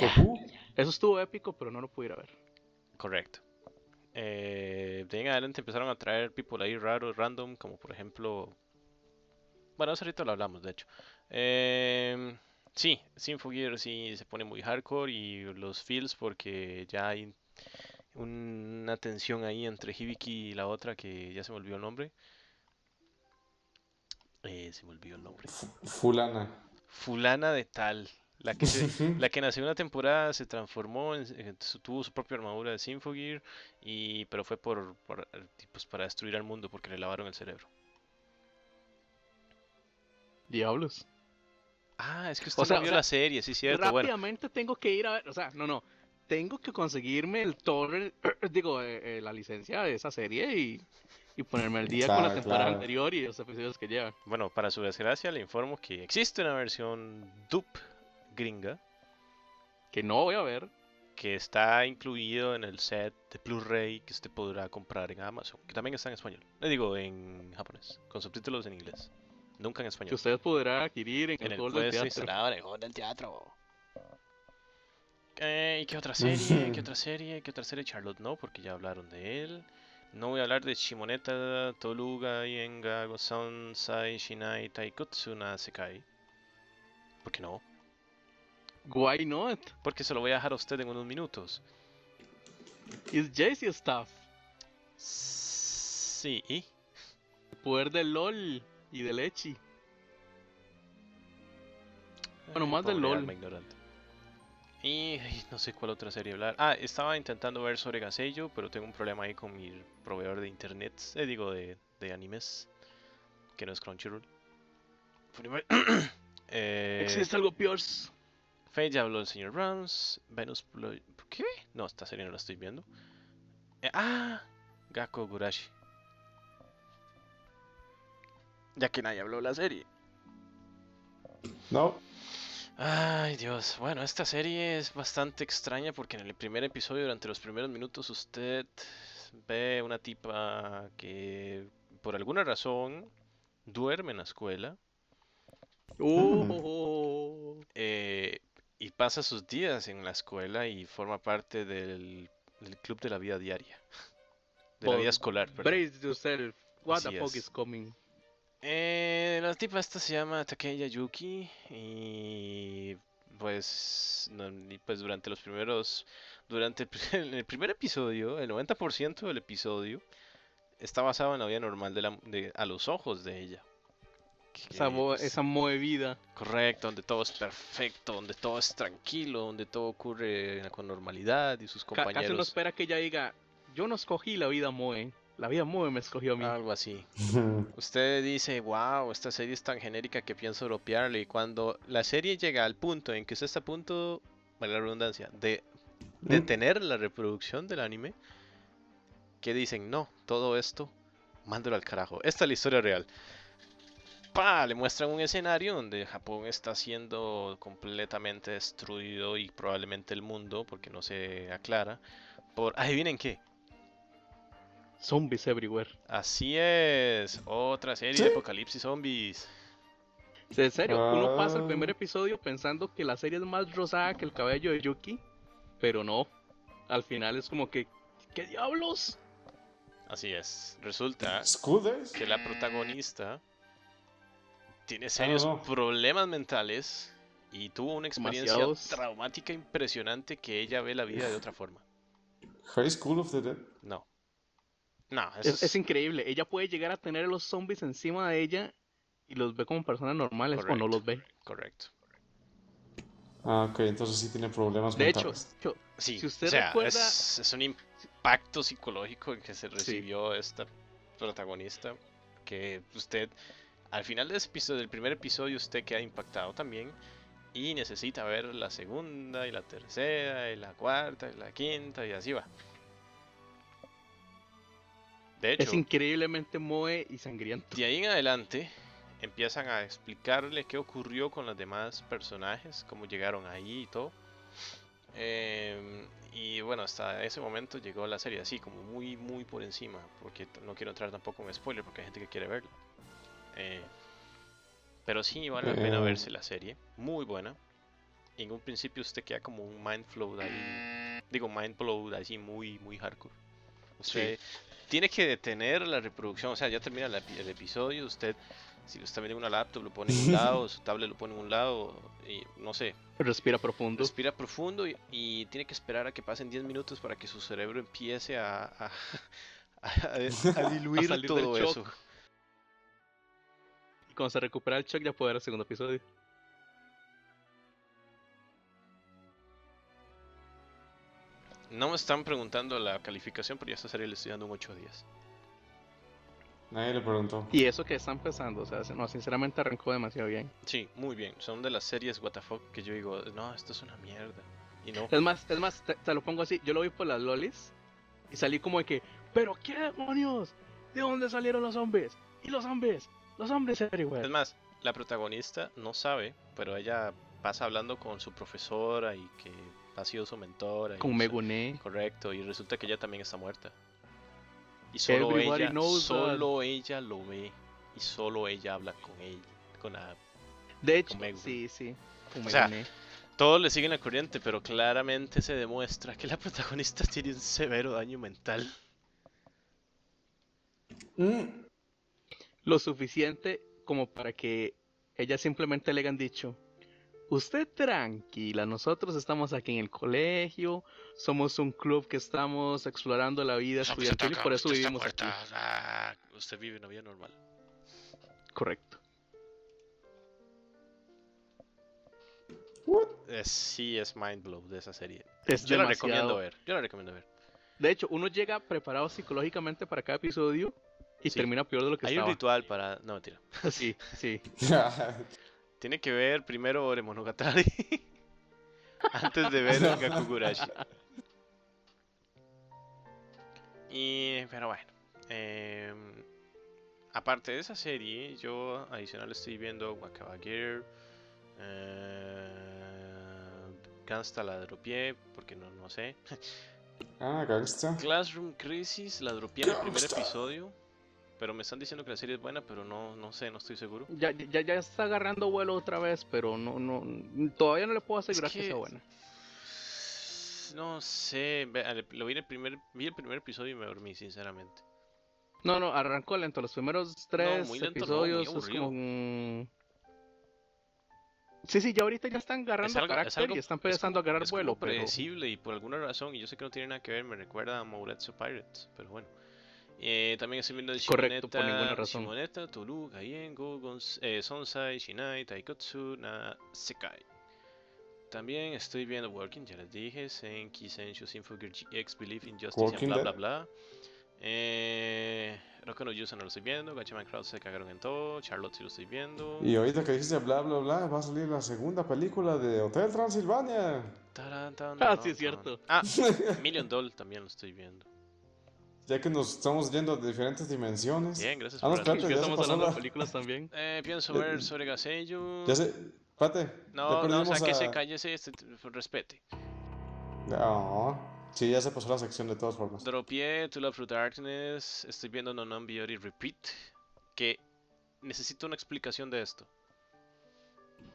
Speaker 3: Goku.
Speaker 2: Eso estuvo épico, pero no lo pudiera ver.
Speaker 1: Correcto. Eh, de ahí en adelante empezaron a traer people ahí raros, random, como por ejemplo. Bueno, eso ahorita lo hablamos, de hecho. Em, sí, Sinfogear sí se pone muy hardcore y los feels porque ya hay una tensión ahí entre Hibiki y la otra que ya se me olvidó el nombre. Eh, se me olvidó el nombre.
Speaker 3: Fulana.
Speaker 1: Fulana de tal, La que, se- la que nació una temporada se transformó, en, en- su- tuvo su propia armadura de Symphogear, y, pero fue por, por, eh, pues, para destruir al mundo porque le lavaron el cerebro.
Speaker 2: Diablos.
Speaker 1: Ah, es que usted
Speaker 2: sea,
Speaker 1: no
Speaker 2: o
Speaker 1: vio
Speaker 2: sea,
Speaker 1: la serie, sí, cierto. Bueno,
Speaker 2: Rápidamente tengo que ir a ver, o sea, no, no, tengo que conseguirme el torre, digo, eh, eh, la licencia de esa serie y, y ponerme al día con la
Speaker 3: Claro,
Speaker 2: temporada
Speaker 3: claro.
Speaker 2: anterior y los episodios que llevan.
Speaker 1: bueno, para su desgracia le informo que existe una versión dup gringa
Speaker 2: Que no voy a ver.
Speaker 1: que está incluido en el set de Blu-ray que usted podrá comprar en Amazon, que también está en español. Le digo en japonés, con subtítulos en inglés, nunca en
Speaker 2: que
Speaker 1: español.
Speaker 2: usted podrá adquirir en,
Speaker 1: En
Speaker 2: el
Speaker 1: el
Speaker 2: Hall del
Speaker 1: puesto
Speaker 2: Teatro.
Speaker 1: instalado en el Hall del teatro. Eh, ¿Y qué otra serie? ¿Qué otra serie? ¿Qué otra serie? Charlotte no, porque ya hablaron de él. No voy a hablar de Shimoneta, Toluga, Yenga, Gosan, Sai, Shinai, Taikutsu, na Sekai. ¿Por qué no?
Speaker 2: Why not?
Speaker 1: Porque se lo voy a dejar a usted en unos minutos.
Speaker 2: It's JC Stuff.
Speaker 1: Sí, ¿y?
Speaker 2: El poder del LOL y del Echi. Bueno,
Speaker 1: Eh,
Speaker 2: más del
Speaker 1: pobre
Speaker 2: LOL.
Speaker 1: alma ignorante. Y ay, no sé cuál otra serie hablar. Ah, estaba intentando ver sobre Gasello, pero tengo un problema ahí con mi proveedor de internet, eh, digo, de, de animes, que no es Crunchyroll. Primero- eh, Uh,
Speaker 2: Existe algo peor.
Speaker 1: Fate ya habló el señor Rams, Venus Plo- ¿Por qué? No, esta serie no la estoy viendo. Eh, ah, Gakko Gurashi. Ya que nadie habló de la serie.
Speaker 3: No.
Speaker 1: Ay, Dios. Bueno, esta serie es bastante extraña porque en el primer episodio, durante los primeros minutos, usted ve una tipa que por alguna razón duerme en la escuela mm.
Speaker 2: Oh,
Speaker 1: eh, y pasa sus días en la escuela y forma parte del, del club de la vida diaria, de la vida
Speaker 2: Por-
Speaker 1: escolar, perdón.
Speaker 2: brace yourself. What
Speaker 1: Así
Speaker 2: the fuck
Speaker 1: es.
Speaker 2: is coming?
Speaker 1: Eh, la tipa esta se llama Takeya Yuki y pues, no, y pues durante los primeros, durante el pri- en el primer episodio, el 90% del episodio está basado en la vida normal de la, de- a los ojos de ella.
Speaker 2: Esa,
Speaker 1: Que,
Speaker 2: mo-
Speaker 1: pues,
Speaker 2: esa movida.
Speaker 1: Correcto, donde todo es perfecto, donde todo es tranquilo, donde todo ocurre con normalidad y sus
Speaker 2: Ca- Casi uno
Speaker 1: compañeros,
Speaker 2: espera que ella diga: Yo no escogí la vida Moe. La vida Moe me escogió a mí.
Speaker 1: algo así. Usted dice, wow, esta serie es tan genérica que pienso dropearle. Y cuando la serie llega al punto en que usted está a punto, vale la redundancia, de
Speaker 3: Mm.
Speaker 1: detener la reproducción del anime, que dicen, no, todo esto, mándalo al carajo. Esta es la historia real. Pa, le muestran un escenario donde Japón está siendo completamente destruido y probablemente el mundo, porque no se aclara, por, adivinen qué,
Speaker 2: Zombies everywhere.
Speaker 1: Así es, otra serie de
Speaker 3: Sí.
Speaker 1: Apocalipsis Zombies.
Speaker 2: O sea, En serio, uno pasa el
Speaker 3: Ah.
Speaker 2: primer episodio pensando que la serie es más rosada que el cabello de Yuki, pero no. Al final es como que, ¿qué diablos?
Speaker 1: Así es, resulta
Speaker 3: School Days.
Speaker 1: que la protagonista tiene serios
Speaker 3: no.
Speaker 1: problemas mentales y tuvo una experiencia
Speaker 2: Demasiados.
Speaker 1: traumática impresionante que ella ve la vida de otra forma.
Speaker 3: High School of the Dead.
Speaker 1: No. No, eso
Speaker 2: Es,
Speaker 1: es
Speaker 2: es increíble. Ella puede llegar a tener a los zombies encima de ella y los ve como personas normales o no
Speaker 1: Correcto.
Speaker 2: los ve.
Speaker 1: correcto.
Speaker 3: Ah, ok, entonces sí tiene problemas
Speaker 2: De hecho,
Speaker 3: mentales.
Speaker 2: yo-
Speaker 1: Sí,
Speaker 2: Si usted
Speaker 1: o sea,
Speaker 2: recuerda-
Speaker 1: es, es un impacto psicológico el que se recibió esta protagonista, que usted, al final de ese episodio- del primer episodio, usted queda impactado también y necesita ver la segunda y la tercera y la cuarta y la quinta y así va. De hecho,
Speaker 2: es increíblemente moe y sangriento.
Speaker 1: de ahí en adelante empiezan a explicarle qué ocurrió con los demás personajes, cómo llegaron ahí y todo. Em, y bueno, hasta ese momento llegó la serie así, como muy, muy por encima, porque t- no quiero entrar tampoco en spoiler, porque hay gente que quiere verla. Eh, pero sí vale la pena
Speaker 3: Eh.
Speaker 1: verse la serie, muy buena. Y en un principio usted queda como un mind flow de ahí, digo mind blow de así muy, muy hardcore. Usted tiene que detener la reproducción, o sea, ya termina la epi- el episodio, usted, si usted tiene una laptop, lo pone en un lado, su tablet lo pone en un lado, y no sé,
Speaker 2: Respira profundo.
Speaker 1: Respira profundo y, y tiene que esperar a que pasen 10 minutos para que su cerebro empiece a, a- a- a diluir
Speaker 2: salir del
Speaker 1: todo
Speaker 2: shock.
Speaker 1: eso.
Speaker 2: Y cuando se recupera el shock ya puede ver el segundo episodio.
Speaker 1: No me están preguntando la calificación, pero ya esta serie le estoy dando un 8 días.
Speaker 3: Nadie le preguntó.
Speaker 2: Y eso que está empezando, o sea, no, sinceramente arrancó demasiado bien.
Speaker 1: Sí, muy bien. Son de las series WTF que yo digo, no, esto es una mierda. Y no,
Speaker 2: Es más, es más, te, te lo pongo así, yo lo vi por las lolis y salí como de que, pero qué demonios, ¿de dónde salieron los hombres? Y los hombres, los hombres
Speaker 1: Es
Speaker 2: everywhere.
Speaker 1: más, la protagonista no sabe, pero ella pasa hablando con su profesora y que ha sido su mentora. y
Speaker 2: Con
Speaker 1: no sé-
Speaker 2: Megune.
Speaker 1: Correcto, y resulta que ella también está muerta. Y solo
Speaker 2: Everybody
Speaker 1: ella,
Speaker 2: knows that.
Speaker 1: solo ella lo ve y solo ella habla con ella, con la-
Speaker 2: De hecho,
Speaker 1: con Megune.
Speaker 2: sí, sí. con
Speaker 1: O sea,
Speaker 2: Megune.
Speaker 1: Todos le siguen la corriente, pero claramente se demuestra que la protagonista tiene un severo daño mental.
Speaker 3: Mm,
Speaker 2: lo suficiente como para que ella simplemente le hayan dicho, usted tranquila, nosotros estamos aquí en el colegio, somos un club que estamos explorando la
Speaker 1: pues
Speaker 2: vida estudiantil y por eso vivimos aquí".
Speaker 1: Ah, usted vive una vida normal.
Speaker 2: Correcto.
Speaker 1: Eh, sí, es mind blow de esa serie.
Speaker 2: Es
Speaker 1: Yo la
Speaker 2: demasiado-
Speaker 1: recomiendo ver. Yo la recomiendo ver.
Speaker 2: De hecho, uno llega preparado psicológicamente para cada episodio y
Speaker 1: Sí.
Speaker 2: termina peor de lo que
Speaker 1: Hay un
Speaker 2: estaba.
Speaker 1: ritual para. No, mentira.
Speaker 2: sí, sí.
Speaker 1: Tiene que ver primero Ore Monogatari antes de ver el Gakugurashi. Y, pero bueno. em, aparte de esa serie, yo adicional estoy viendo Wakaba Gear, eh, Gangsta la dropié, porque no, no sé.
Speaker 3: ah, gangsta.
Speaker 1: Classroom Crisis la dropié en el primer
Speaker 3: Gangsta.
Speaker 1: episodio. Pero me están diciendo que la serie es buena, pero no, no sé, no estoy seguro.
Speaker 2: Ya, ya, ya está agarrando vuelo otra vez, pero no, no, todavía no le puedo asegurar que...
Speaker 1: que-
Speaker 2: sea buena.
Speaker 1: No sé, ve- al- lo vi en el primer, vi el primer episodio y me dormí, sinceramente.
Speaker 2: No, no, arrancó lento. Los primeros tres
Speaker 1: muy lento no, muy
Speaker 2: episodios es
Speaker 1: aburrido.
Speaker 2: como. mm. Sí, sí, ya ahorita ya están agarrando
Speaker 1: algo- es
Speaker 2: carácter
Speaker 1: algo-
Speaker 2: y están
Speaker 1: es como-
Speaker 2: empezando a agarrar
Speaker 1: es como
Speaker 2: vuelo. Pero...
Speaker 1: predecible y por alguna razón, y yo sé que no tiene nada que ver, me recuerda a Mouretsu Pirates, pero bueno. Eh, también estoy viendo
Speaker 2: Correcto, por ninguna
Speaker 1: Shimoneta,
Speaker 2: razón.
Speaker 1: Shimoneta, Tulu, Gaien, Gogon, eh, Sonsai, Shinai, Taikotsu, Na, Sekai. También estoy viendo Working, ya les dije, Senki, Senshu, Sinfugir GX, Believe in Justice, and
Speaker 3: Walking
Speaker 1: bla bla
Speaker 3: Dead.
Speaker 1: bla. Eh, Roku no Yusa no lo estoy viendo, Gachaman Crowd se cagaron en todo, Charlotte sí lo estoy viendo.
Speaker 3: Y ahorita que dijiste bla bla bla, va a salir la segunda película de Hotel Transilvania.
Speaker 1: Tarán, tan,
Speaker 2: Ah,
Speaker 1: tarán,
Speaker 2: sí,
Speaker 1: tan.
Speaker 2: es cierto.
Speaker 1: Ah, Million Doll también lo estoy viendo.
Speaker 3: Ya que nos estamos yendo a diferentes dimensiones.
Speaker 1: Bien, gracias
Speaker 3: Ah, no,
Speaker 1: por
Speaker 3: espérate,
Speaker 2: Es que
Speaker 3: ya se
Speaker 2: estamos
Speaker 3: pasó
Speaker 2: hablando de
Speaker 3: la-
Speaker 2: películas también.
Speaker 1: Eh, pienso
Speaker 3: Ya-
Speaker 1: ver sobre Gaseyu.
Speaker 3: Ya sé, espérate. ya
Speaker 1: No, no,
Speaker 3: perdimos
Speaker 1: sáquese,
Speaker 3: a-
Speaker 1: cállese, este, t- respete.
Speaker 3: No, Ah, sí, ya se pasó la sección de todas formas.
Speaker 1: Dropié, To Love Through Darkness. Estoy viendo No Non Beauty Repeat. Que necesito una explicación de esto.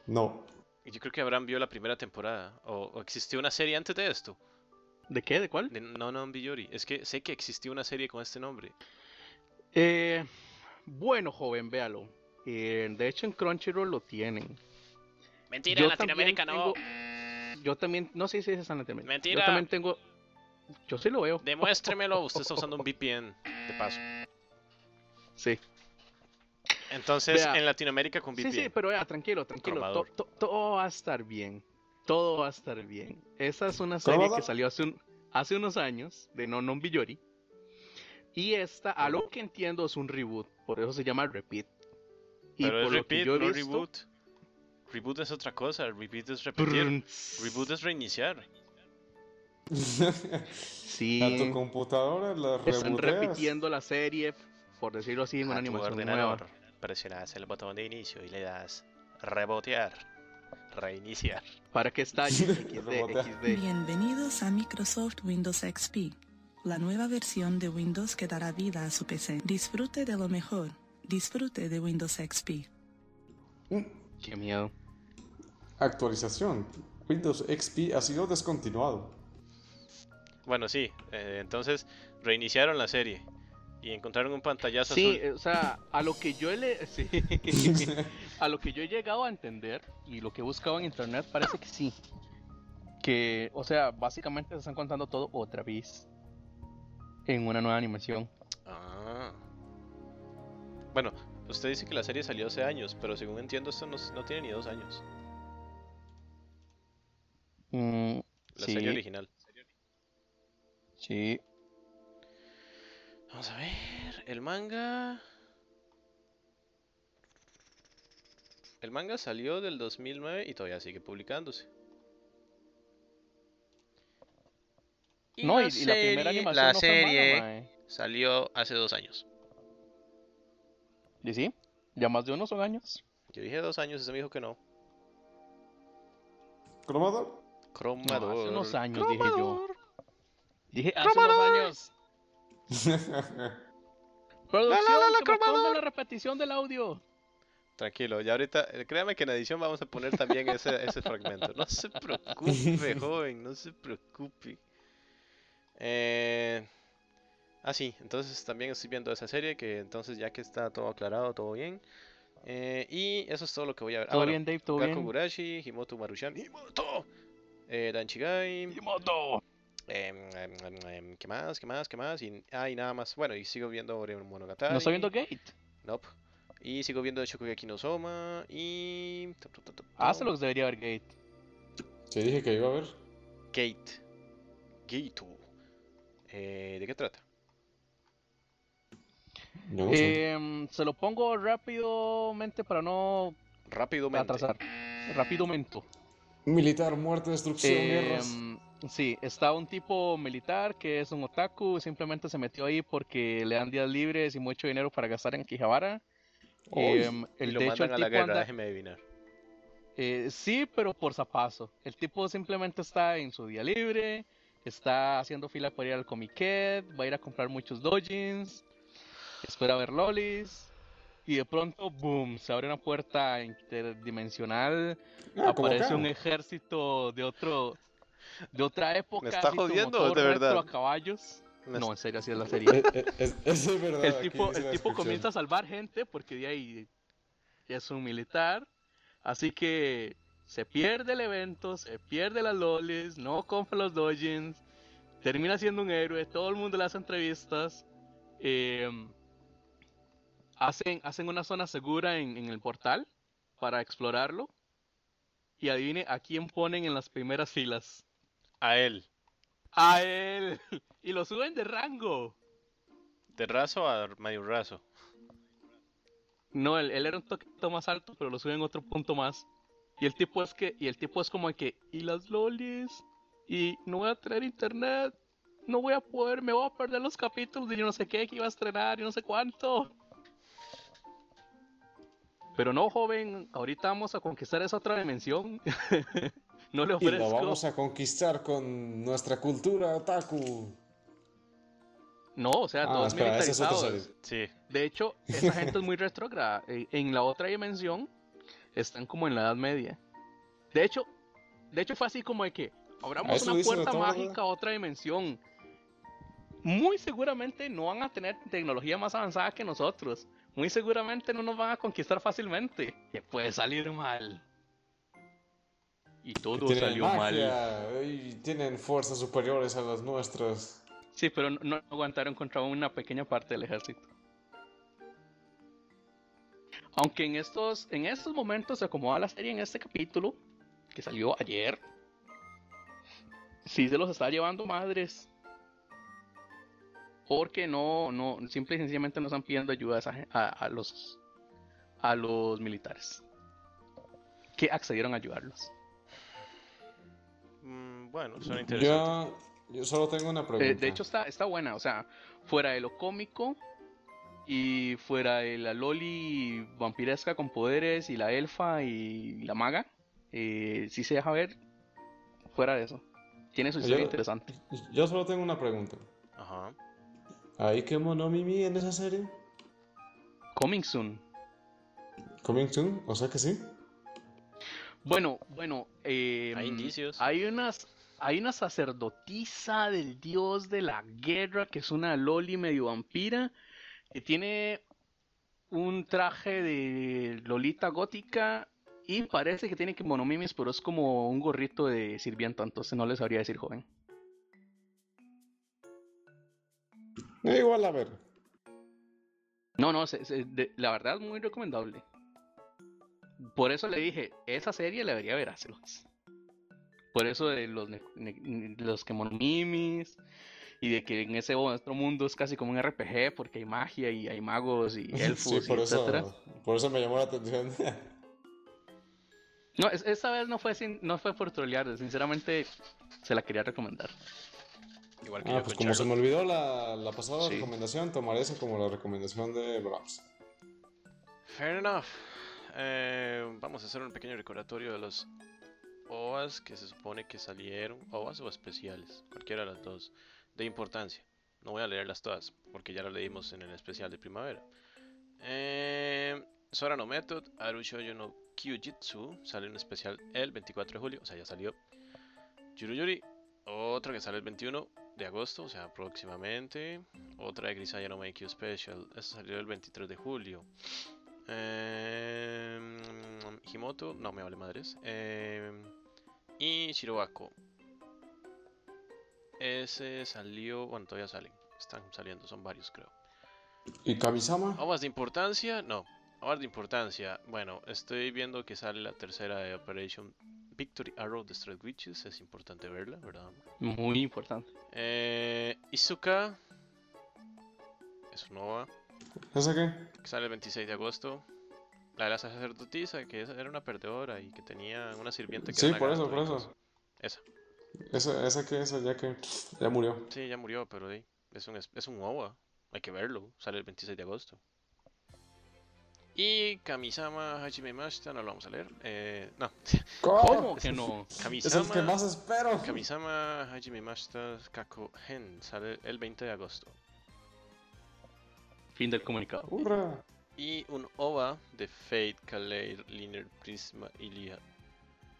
Speaker 3: No,
Speaker 1: Yo creo que Abraham vio la primera temporada. O, o existió una serie antes de esto.
Speaker 2: ¿De qué? ¿De cuál?
Speaker 1: De No Non Beauty. Es que sé que existió una serie con este nombre.
Speaker 2: Eh, bueno, joven, véalo. Eh, de hecho, en Crunchyroll lo tienen.
Speaker 1: Mentira,
Speaker 2: Yo
Speaker 1: en Latinoamérica
Speaker 2: también
Speaker 1: no.
Speaker 2: Yo también. No sé si es en Latinoamérica.
Speaker 1: Mentira.
Speaker 2: Yo también tengo. Yo sí lo veo.
Speaker 1: Demuéstremelo. Usted está usando un VPN. De paso.
Speaker 2: Sí.
Speaker 1: Entonces,
Speaker 2: Vea.
Speaker 1: en Latinoamérica con
Speaker 2: Sí,
Speaker 1: VPN.
Speaker 2: sí, pero ya, tranquilo, tranquilo. to-
Speaker 1: Cromador.
Speaker 2: to- todo va a estar bien. Todo va a estar bien. Esa es una serie que
Speaker 3: Cromador.
Speaker 2: salió hace, un- hace unos años de No Non Biyori. Y esta, a lo que entiendo, es un reboot. Por eso se llama Repeat. Y
Speaker 1: Pero es
Speaker 2: por lo que
Speaker 1: repeat,
Speaker 2: yo he
Speaker 1: no
Speaker 2: visto-
Speaker 1: reboot. Reboot es otra cosa, reboot es repetir.
Speaker 2: Prrrn,
Speaker 1: Reboot es reiniciar.
Speaker 2: Sí.
Speaker 3: a tu computadora la
Speaker 2: Están
Speaker 3: reboteas.
Speaker 2: repitiendo la serie, por decirlo así, en una
Speaker 1: A tu
Speaker 2: animación
Speaker 1: ordenador,
Speaker 2: nueva.
Speaker 1: presionas el botón de inicio y le das rebotear, reiniciar.
Speaker 2: Para que estalle
Speaker 3: Rebotea.
Speaker 2: XD, XD.
Speaker 5: Bienvenidos a Microsoft Windows XP, la nueva versión de Windows que dará vida a su PC. Disfrute de lo mejor. Disfrute de Windows XP.
Speaker 2: Qué miedo.
Speaker 3: Mm, Actualización. Windows XP ha sido descontinuado.
Speaker 1: Bueno, sí, eh, entonces reiniciaron la serie y encontraron un pantallazo
Speaker 2: Sí,
Speaker 1: azul.
Speaker 2: eh, o sea, a lo que yo le... sí. a lo que yo he llegado a entender y lo que he buscado en internet parece que sí. Que, o sea, básicamente se están contando todo otra vez en una nueva animación.
Speaker 1: Ah. Bueno, usted dice que la serie salió hace años, pero según entiendo, esto no, s- no tiene ni dos años.
Speaker 2: Mm,
Speaker 1: La
Speaker 2: sí, Mm,
Speaker 1: serie original.
Speaker 2: Sí.
Speaker 1: Vamos a ver. El manga. El manga salió del 2009 y todavía sigue publicándose.
Speaker 2: no, y, y la primera animación
Speaker 1: la
Speaker 2: no
Speaker 1: serie
Speaker 2: fue mala, mae.
Speaker 1: salió hace dos años.
Speaker 2: Y sí, ya más de uno son años.
Speaker 1: Yo dije dos años, ese me dijo que no.
Speaker 3: ¿Cromador?
Speaker 2: No,
Speaker 1: Cromador.
Speaker 2: hace unos años dije yo.
Speaker 1: Cromador.
Speaker 2: Dije hace unos años. Producción,
Speaker 1: la, la,
Speaker 2: que me ponga
Speaker 1: cromador.
Speaker 2: la repetición del audio.
Speaker 1: Tranquilo, ya ahorita, eh, créame que en edición vamos a poner también ese, ese fragmento. No se preocupe, joven, no se preocupe. Eh, ah, sí, entonces también estoy viendo esa serie, que entonces ya que está todo aclarado, todo bien. Eh, y eso es todo lo que voy a ver. Ah,
Speaker 2: Todo
Speaker 1: bueno,
Speaker 2: bien, Dave, todo bien.
Speaker 1: Kakogurashi, Himoto Marushan, Himoto, eh, Danchigai,
Speaker 2: Yamato.
Speaker 1: em, em, em, em, ¿qué más? ¿Qué más? ¿Qué más? Y, ah, y nada más. Bueno, y sigo viendo Ore Monogatari.
Speaker 2: No estoy viendo Gate.
Speaker 1: Nope. Y sigo viendo Shokugeki no Soma y... tu, tu, tu, tu,
Speaker 2: Hazlo que Ah, debería haber Gate.
Speaker 3: Te dije que iba a ver.
Speaker 1: Gate. Gate. uh. Eh, ¿de qué trata?
Speaker 3: Yo no sé.
Speaker 2: Em, se lo pongo rápidamente para no
Speaker 1: Rápido,
Speaker 2: atrasar. Rápidamente.
Speaker 3: Militar, muerte, destrucción, guerras.
Speaker 2: Em, sí, está un tipo militar que es un otaku, simplemente se metió ahí porque le dan días libres y mucho dinero para gastar en Kijabara.
Speaker 3: Uy,
Speaker 2: Em, el,
Speaker 1: y lo
Speaker 2: de hecho,
Speaker 1: mandan
Speaker 2: el
Speaker 1: a la
Speaker 2: tipo
Speaker 1: guerra,
Speaker 2: anda-
Speaker 1: déjeme adivinar.
Speaker 2: eh, sí, pero por zapazo. El tipo simplemente está en su día libre, está haciendo fila para ir al comiquet, va a ir a comprar muchos dojins, espera ver lolis, y de pronto, boom, se abre una puerta interdimensional,
Speaker 3: Ah, como
Speaker 2: aparece
Speaker 3: acá.
Speaker 2: un ejército de otro, de otra época.
Speaker 1: ¿Me está
Speaker 2: así como
Speaker 1: jodiendo,
Speaker 2: todo
Speaker 1: de
Speaker 2: retro
Speaker 1: verdad?
Speaker 2: a caballos.
Speaker 1: Me
Speaker 2: No, en serio, así es la serie
Speaker 3: Eh, eh, es, es de verdad.
Speaker 2: el
Speaker 3: aquí
Speaker 2: tipo,
Speaker 3: dice
Speaker 2: el
Speaker 3: la
Speaker 2: tipo
Speaker 3: descripción.
Speaker 2: comienza a salvar gente porque de ahí es un militar. Así que se pierde el evento, se pierde las lolis, no compra los dojins, termina siendo un héroe, todo el mundo le hace entrevistas. eh, hacen, hacen una zona segura en, en el portal para explorarlo. Y adivine a quién ponen en las primeras filas.
Speaker 1: A él.
Speaker 2: A él. Y lo suben de rango.
Speaker 1: De raso a medio raso.
Speaker 2: No, él, él era un toquito más alto, pero lo suben otro punto más. Y el tipo es que, y el tipo es como que, y las lolis, y no voy a tener internet, no voy a poder, me voy a perder los capítulos de yo no sé qué que iba a estrenar y no sé cuánto. Pero no, joven, ahorita vamos a conquistar esa otra dimensión. no le
Speaker 3: Y lo
Speaker 2: ofrezco.
Speaker 3: vamos a conquistar con nuestra cultura otaku.
Speaker 2: No, o sea,
Speaker 3: Ah,
Speaker 2: todos
Speaker 3: espera, esa es otra
Speaker 2: militarizados.
Speaker 3: serie.
Speaker 1: Sí.
Speaker 2: De hecho, esa gente es muy retrógrada. En en la otra dimensión están como en la Edad Media. De hecho, de hecho fue así como de que
Speaker 3: A
Speaker 2: abramos
Speaker 3: eso
Speaker 2: una
Speaker 3: dice
Speaker 2: puerta
Speaker 3: retrógrada.
Speaker 2: mágica a otra dimensión. Muy seguramente no van a tener tecnología más avanzada que nosotros. Muy seguramente no nos van a conquistar fácilmente. Que puede salir mal. Y todo
Speaker 3: Tienen
Speaker 2: salió mal.
Speaker 3: magia, y tienen fuerzas superiores a las nuestras.
Speaker 2: Sí, pero no, no aguantaron contra una pequeña parte del ejército. Aunque en estos, en estos momentos se acomoda la serie en este capítulo, que salió ayer, sí se los está llevando madres. Porque no, no, simple y sencillamente no están pidiendo ayuda a, esa gen- a- a los, a los militares. Que accedieron a ayudarlos.
Speaker 1: Mm, bueno, suena interesante.
Speaker 3: Yo, yo solo tengo una
Speaker 2: Eh,
Speaker 3: pregunta.
Speaker 2: de hecho está, está buena, o sea, fuera de lo cómico y fuera de la loli vampiresca con poderes y la elfa y la maga, eh, sí se deja ver fuera de eso. Tiene su historia
Speaker 3: Yo-
Speaker 2: interesante.
Speaker 3: yo solo tengo una pregunta.
Speaker 1: Ajá.
Speaker 3: ¿Hay que Monomimi en esa serie?
Speaker 2: Coming soon.
Speaker 3: ¿Coming soon? O sea que sí.
Speaker 2: Bueno, bueno, eh,
Speaker 1: Hay indicios.
Speaker 2: Hay unas, hay una sacerdotisa del dios de la guerra que es una loli medio vampira que tiene un traje de lolita gótica y parece que tiene que monomimis, pero es como un gorrito de sirvienta, entonces no les sabría decir joven.
Speaker 3: Eh, igual a ver.
Speaker 2: No, no, se- se- de- la verdad es muy recomendable. Por eso le dije, esa serie la debería ver Por eso de los, ne- ne- los que monomimis, y de que en ese otro mundo es casi como un RPG porque hay magia y hay magos y
Speaker 3: Sí,
Speaker 2: elfos,
Speaker 3: por
Speaker 2: y etcétera.
Speaker 3: eso, por eso me llamó la atención.
Speaker 2: No, es- esta vez no fue sin- no fue por trolear, sinceramente se la quería recomendar.
Speaker 1: Igual que
Speaker 3: Ah,
Speaker 1: yo
Speaker 3: pues
Speaker 1: con
Speaker 3: como se me
Speaker 1: Charlotte.
Speaker 3: olvidó la, la pasada
Speaker 1: Sí.
Speaker 3: recomendación, tomaré esa como la recomendación de Brahms.
Speaker 1: Fair enough. Eh, vamos a hacer un pequeño recordatorio de los OAS que se supone que salieron, OAS o especiales, cualquiera de las dos, de importancia. No voy a leerlas todas, porque ya las leímos en el especial de primavera. Eh, Sora no Method, Arusho no Kyujitsu, sale un especial el 24 de julio, o sea, ya salió. Yuruyuri, otro que sale el 21 de agosto, o sea, próximamente. Otra de Grisaya no Make You Special, esta salió el 23 de julio. Em, Himoto, no me vale madres. Em, y Shirobako. Ese salió, bueno, todavía salen. Están saliendo, son varios creo.
Speaker 3: ¿Y Kamisama?
Speaker 1: ¿Obras de importancia? No. Obras de importancia. Bueno, estoy viendo que sale la tercera de Operation Victory Arrow de Straight Witches. Es importante verla, ¿verdad?
Speaker 2: Muy importante.
Speaker 1: Eh, Izuka. Es un OVA.
Speaker 3: ¿Esa qué?
Speaker 1: que sale el 26 de agosto. La de la sacerdotisa, que esa era una perdedora y que tenía una sirvienta que era
Speaker 3: Sí,
Speaker 1: una
Speaker 3: por eso,
Speaker 1: gato y
Speaker 3: por
Speaker 1: cosas.
Speaker 3: eso.
Speaker 1: Esa.
Speaker 3: ¿Esa, esa qué? Esa ya que ya murió.
Speaker 1: Sí, ya murió, pero di, es un, es es un OVA. Hay que verlo. Sale el 26 de agosto. Y Kamisama Hajime Mashita, no lo vamos a leer. Eh, no,
Speaker 2: ¿Cómo
Speaker 3: ¡Oh!
Speaker 2: que no?
Speaker 3: Es el
Speaker 1: Kamisama,
Speaker 3: que más espero.
Speaker 1: Kamisama Hajime Mashita Kako Hen sale el 20 de agosto.
Speaker 2: Fin del comunicado.
Speaker 3: ¡Hurra!
Speaker 1: Y un OVA de Fate, Kalei, Liner, Prisma, Ilia,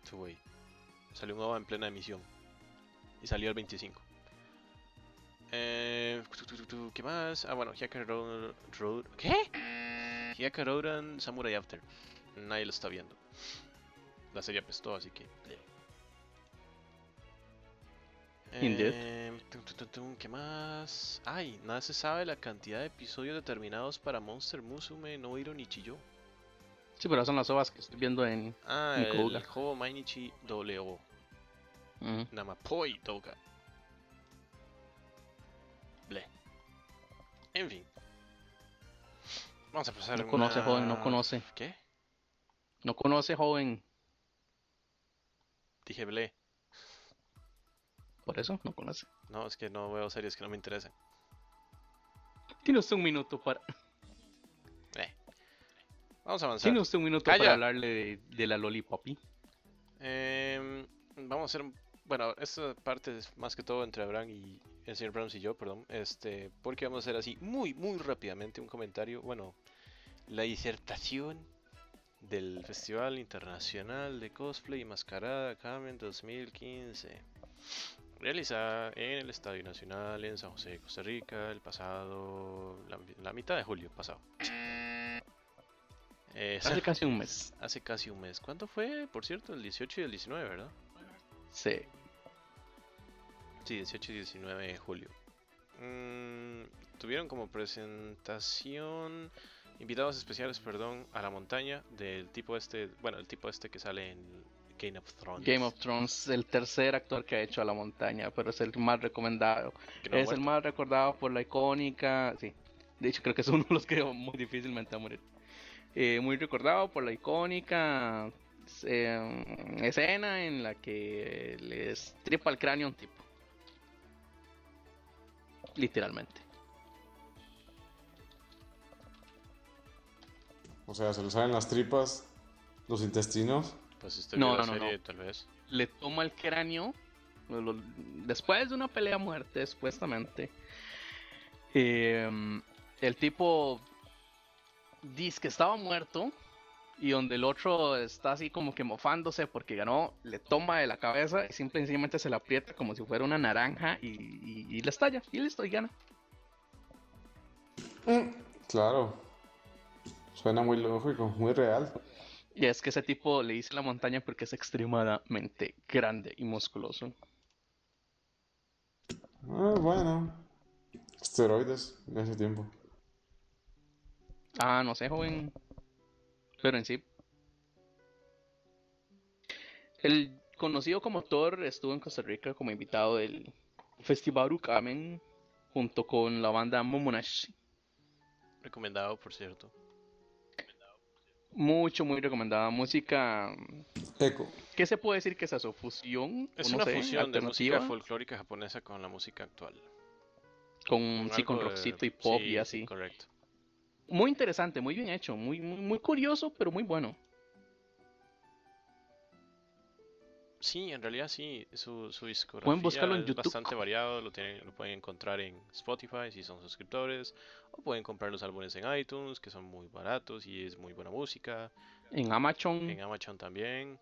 Speaker 1: Tuwei. Salió un OVA en plena emisión. Y salió el 25. Eh, tu, tu, tu, tu, ¿Qué más? Ah, bueno, Hyakaroran. ¿Qué? Hyakaroran Samurai After. Nadie lo está viendo. La serie apestó, así que. eh. bleh.
Speaker 2: Indeed.
Speaker 1: Eh, tum, tum, tum, tum, ¿Qué más? Ay, nada se sabe la cantidad de episodios determinados para Monster Musume, no Hiro Nichiyo.
Speaker 2: Sí, pero son las ovas que estoy viendo en.
Speaker 1: Ah,
Speaker 2: Nikouga.
Speaker 1: el Hobo Mainichi W.
Speaker 2: Ujú.
Speaker 1: Namapoi Doga. Ble. En fin. Vamos a pasar
Speaker 2: No conoce, joven, no
Speaker 1: una-
Speaker 2: conoce.
Speaker 1: ¿Qué?
Speaker 2: No conoce, joven.
Speaker 1: Dije ble.
Speaker 2: Por eso, no conoce.
Speaker 1: No, es que no veo series que no me interesan.
Speaker 2: Tienes un minuto para.
Speaker 1: Ble. Vamos a avanzar.
Speaker 2: Tienes un minuto
Speaker 1: Calla.
Speaker 2: para hablarle de, de la Lollipopi.
Speaker 1: Em, vamos a hacer. un- Bueno, esta parte es más que todo entre Abraham y el señor Brahms y yo, perdón. Este, porque vamos a hacer así muy, muy rápidamente un comentario. Bueno, la disertación del Festival Internacional de Cosplay y Mascarada Kamen 2015. Realizada en el Estadio Nacional en San José de Costa Rica el pasado. la, la mitad de julio pasado. Eh,
Speaker 2: Hace casi un mes.
Speaker 1: Hace casi un mes. ¿Cuánto fue? Por cierto, el 18 y el 19, ¿verdad?
Speaker 2: Sí.
Speaker 1: Sí, 18 y 19 de julio. Mm, tuvieron como presentación invitados especiales, perdón, a la montaña del tipo este, bueno, el tipo este que sale en Game of Thrones.
Speaker 2: Game of Thrones, el tercer actor que ha hecho a la montaña, pero es el más recomendado.
Speaker 1: que no ha
Speaker 2: es el
Speaker 1: muerto.
Speaker 2: más recordado por la icónica. Sí, de hecho, creo que es uno de los que muy difícilmente va a morir. Eh, muy recordado por la icónica eh, escena en la que le tripa el cráneo a un tipo. Literalmente.
Speaker 3: O sea, se le salen las tripas, los intestinos.
Speaker 1: Pues si usted
Speaker 2: No,
Speaker 1: vio la
Speaker 2: no, no, no.
Speaker 1: serie, tal vez.
Speaker 2: le toma el cráneo lo- lo- después de una pelea a muerte, supuestamente. em, el tipo dice que estaba muerto y donde el otro está así como que mofándose porque ganó, le toma de la cabeza y simplemente se la aprieta como si fuera una naranja y, y, y la estalla. Y listo, y gana.
Speaker 3: Claro. Suena muy lógico, muy real.
Speaker 2: Y es que ese tipo le hice la montaña porque es extremadamente grande y musculoso.
Speaker 3: Ah, bueno. Esteroides de hace tiempo.
Speaker 2: Ah, no sé, joven. Pero en sí. El conocido como Thor estuvo en Costa Rica como invitado del Festival Ucamen junto con la banda Momonashi.
Speaker 1: Recomendado, por cierto.
Speaker 2: Mucho, muy recomendada música.
Speaker 3: Eco.
Speaker 2: ¿Qué se puede decir que es eso? ¿Fusión?
Speaker 1: Es
Speaker 2: O no
Speaker 1: una
Speaker 2: sé,
Speaker 1: fusión de música
Speaker 2: alternativa,
Speaker 1: folclórica japonesa con la música actual.
Speaker 2: Con, sí, con
Speaker 1: algo de-
Speaker 2: rockcito y pop
Speaker 1: sí,
Speaker 2: y
Speaker 1: sí,
Speaker 2: así.
Speaker 1: Correcto.
Speaker 2: Muy interesante, muy bien hecho, muy, muy, muy curioso, pero muy bueno.
Speaker 1: Sí, en realidad sí, su, su discografía
Speaker 2: buscarlo en
Speaker 1: es
Speaker 2: YouTube.
Speaker 1: bastante variado, lo tienen, lo pueden encontrar en Spotify si son suscriptores, o pueden comprar los álbumes en iTunes, que son muy baratos y es muy buena música,
Speaker 2: En Amazon,
Speaker 1: en Amazon también,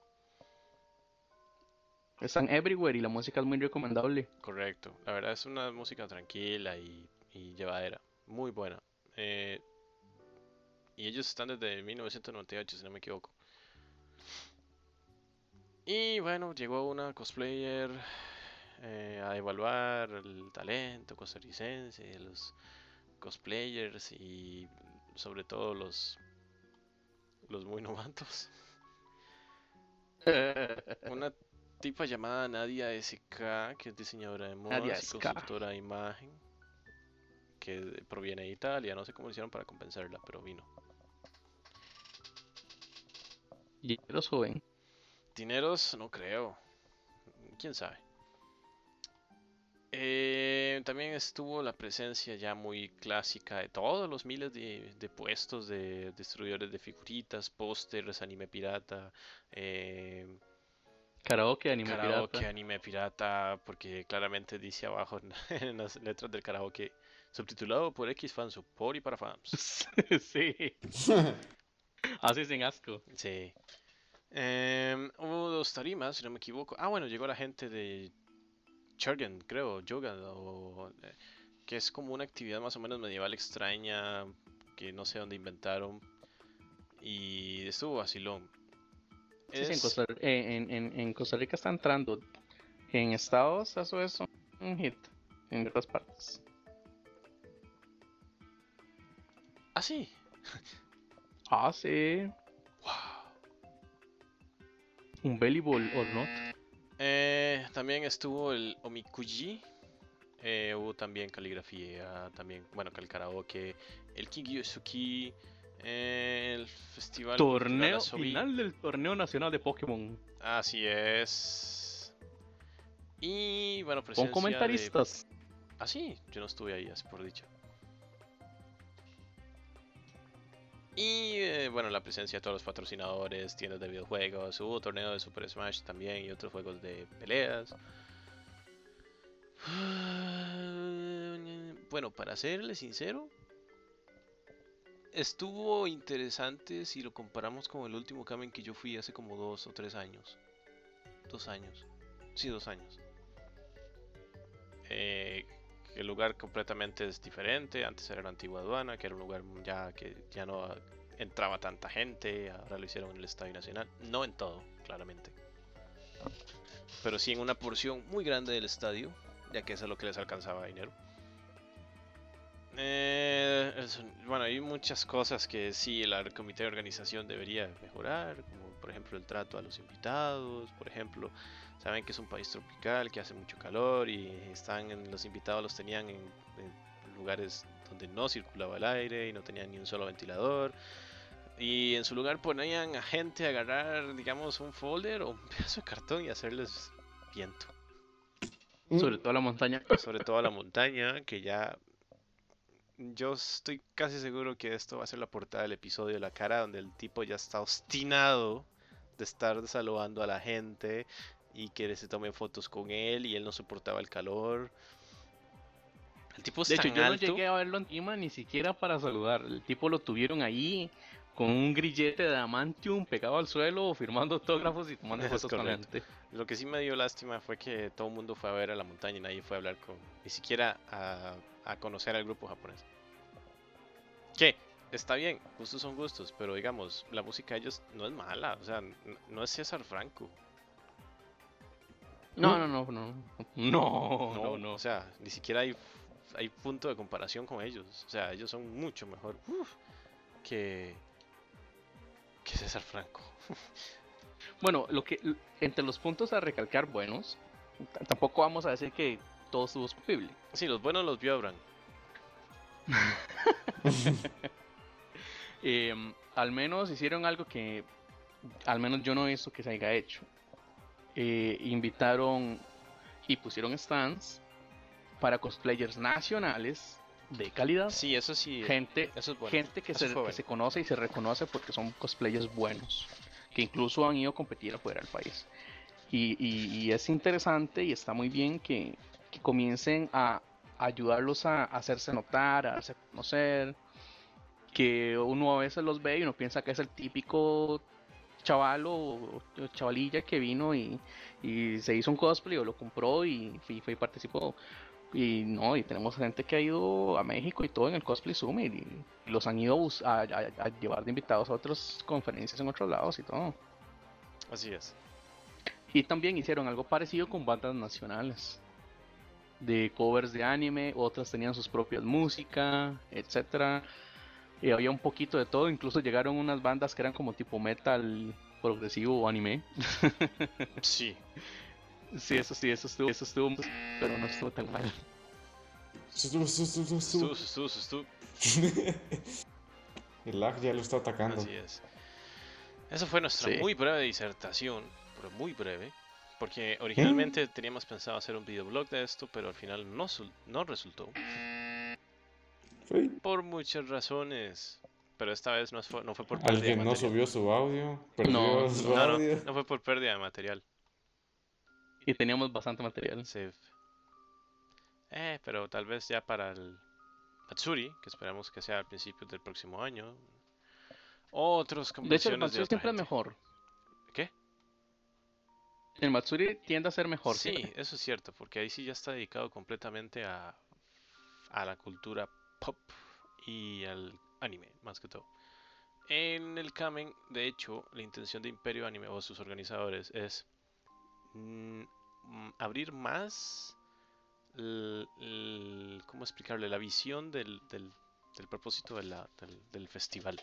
Speaker 2: están everywhere y la música es muy recomendable.
Speaker 1: correcto. La verdad es una música tranquila y, y llevadera, muy buena. Eh, y ellos están desde 1998, si no me equivoco. Y bueno, llegó una cosplayer eh, a evaluar el talento costarricense, de los cosplayers y sobre todo los, los muy novatos. una tipa llamada Nadia SK, que es diseñadora de modas
Speaker 2: Nadia
Speaker 1: y
Speaker 2: SK.
Speaker 1: consultora de imagen, que proviene de Italia, no sé cómo lo hicieron para compensarla, pero vino.
Speaker 2: Y los joven.
Speaker 1: Dineros, no creo. Quién sabe. Eh, también estuvo la presencia ya muy clásica de todos los miles de, de puestos de distribuidores de figuritas, pósters, anime pirata, eh,
Speaker 2: Karaoke, anime
Speaker 1: karaoke,
Speaker 2: pirata.
Speaker 1: anime pirata, porque claramente dice abajo en, en las letras del karaoke, subtitulado por X fans por y para fans.
Speaker 2: pues. sí, así sin asco.
Speaker 1: Sí. Em, hubo dos tarimas, si no me equivoco. Ah, bueno, llegó la gente de Jürgen, creo, Yoga, o, eh, que es como una actividad más o menos medieval extraña, que no sé dónde inventaron. Y estuvo vacilón.
Speaker 2: Sí, sí, en,
Speaker 1: Es-
Speaker 2: Costa, eh, en- en- en Costa Rica está entrando. En Estados, eso es un hit. En otras partes.
Speaker 1: Ah, sí.
Speaker 2: Ah, sí.
Speaker 1: Wow.
Speaker 2: Un belly ball or not.
Speaker 1: Eh, también estuvo el Omikuji. eh, hubo también caligrafía, también, bueno, que el karaoke, el Kigyusuki, eh, el festival cultural
Speaker 2: Torneo
Speaker 1: Asobi.
Speaker 2: final del torneo nacional de Pokémon.
Speaker 1: Así es. Y bueno, presencia
Speaker 2: Con
Speaker 1: de-
Speaker 2: comentaristas.
Speaker 1: Ah, sí, yo no estuve ahí, así por dicho. Y eh, bueno, la presencia de todos los patrocinadores, tiendas de videojuegos, hubo torneo de Super Smash también y otros juegos de peleas. Bueno, para serle sincero, estuvo interesante si lo comparamos con el último Kamen que yo fui hace como dos o tres años. Dos años. Sí, dos años. Eh, el lugar completamente es diferente. Antes era la antigua aduana, que era un lugar ya que ya no entraba tanta gente. Ahora lo hicieron en el Estadio Nacional. No en todo, claramente. Pero sí en una porción muy grande del estadio, ya que eso es lo que les alcanzaba dinero. Eh, el son- bueno, hay muchas cosas que sí el ar- comité de organización debería mejorar, como por ejemplo el trato a los invitados, por ejemplo saben que es un país tropical, que hace mucho calor y están en- los invitados los tenían en, en lugares donde no circulaba el aire y no tenían ni un solo ventilador. Y en su lugar ponían a gente a agarrar, digamos, un folder o un pedazo de cartón y hacerles viento.
Speaker 3: Mm.
Speaker 2: Sobre todo la montaña.
Speaker 1: Sobre todo a la montaña, que ya... Yo estoy casi seguro que esto va a ser la portada del episodio de la cara, donde el tipo ya está obstinado de estar saludando a la gente y que se tomen fotos con él y él no soportaba el calor. El tipo es
Speaker 2: De hecho,
Speaker 1: tan
Speaker 2: yo no
Speaker 1: alto.
Speaker 2: llegué a verlo encima ni siquiera para saludar. El tipo lo tuvieron ahí con un grillete de amantium pegado al suelo, firmando autógrafos y tomando
Speaker 1: Es
Speaker 2: fotos con la
Speaker 1: correcto.
Speaker 2: gente.
Speaker 1: Lo que sí me dio lástima fue que todo el mundo fue a ver a la montaña y nadie fue a hablar con, ni siquiera a, a conocer al grupo japonés. Que está bien, gustos son gustos, pero digamos, la música de ellos no es mala, o sea, n- no es César Franco.
Speaker 2: No, no, no, no. No, no, no.
Speaker 1: O sea, ni siquiera hay, hay punto de comparación con ellos. O sea, ellos son mucho mejor uf, que, que César Franco.
Speaker 2: Bueno, lo que entre los puntos a recalcar buenos, t- tampoco vamos a decir que todo estuvo escupible.
Speaker 1: Sí, los buenos los vio Abraham.
Speaker 2: Em, al menos hicieron algo que al menos yo no he visto que se haya hecho. Eh, invitaron y pusieron stands para cosplayers nacionales de calidad.
Speaker 1: Sí, eso sí.
Speaker 2: gente
Speaker 1: Eso es bueno.
Speaker 2: gente que,
Speaker 1: Eso
Speaker 2: se,
Speaker 1: fue
Speaker 2: que
Speaker 1: bueno.
Speaker 2: se conoce y se reconoce porque son cosplayers buenos, que incluso han ido a competir afuera del país. Y, y- y es interesante y está muy bien que, que comiencen a ayudarlos a hacerse notar, a darse a conocer, que uno a veces los ve y uno piensa que es el típico chaval o, o chavalilla que vino y, y se hizo un cosplay o lo compró y, fue- fue y participó. Y no, y tenemos gente que ha ido a México y todo en el Cosplay Summit y los han ido a, bus- a- a- a llevar de invitados a otras conferencias en otros lados y todo.
Speaker 1: Así es.
Speaker 2: Y también hicieron algo parecido con bandas nacionales. De covers de anime, otras tenían sus propias música, etcétera. Y había un poquito de todo, incluso llegaron unas bandas que eran como tipo metal progresivo o anime.
Speaker 1: Sí.
Speaker 2: Sí, eso sí, eso estuvo, eso estuvo, pero no estuvo tan mal.
Speaker 3: Su- su- su- su- su-
Speaker 1: Sus, sus, sus, sus.
Speaker 3: El lag ya lo está atacando.
Speaker 1: Así es. Esa fue nuestra
Speaker 2: Sí.
Speaker 1: muy breve disertación, pero muy breve, porque originalmente teníamos pensado hacer un videoblog de esto, pero al final no, sul- no resultó,
Speaker 3: Sí.
Speaker 1: por muchas razones. Pero esta vez no fue, no fue por pérdida de
Speaker 3: Alguien no
Speaker 1: material.
Speaker 3: subió su audio. Perdió
Speaker 2: No,
Speaker 3: su
Speaker 1: No, no,
Speaker 3: audio.
Speaker 1: no fue por pérdida de material.
Speaker 2: Y teníamos bastante material.
Speaker 1: Save. Eh, pero tal vez ya para el Matsuri, que esperamos que sea al principio del próximo año. Otros
Speaker 2: De hecho, el
Speaker 1: convenciones de
Speaker 2: Matsuri
Speaker 1: otra
Speaker 2: siempre es
Speaker 1: gente.
Speaker 2: mejor.
Speaker 1: ¿Qué?
Speaker 2: El Matsuri tiende a ser mejor.
Speaker 1: Sí,
Speaker 2: siempre.
Speaker 1: eso es cierto, porque ahí sí ya está dedicado completamente a, a la cultura pop y al anime, más que todo. En el Kamen, de hecho, la intención de Imperio Anime o sus organizadores es mm, mm, abrir más, l- l- ¿cómo explicarle? La visión del, del- del propósito de la- del, del festival.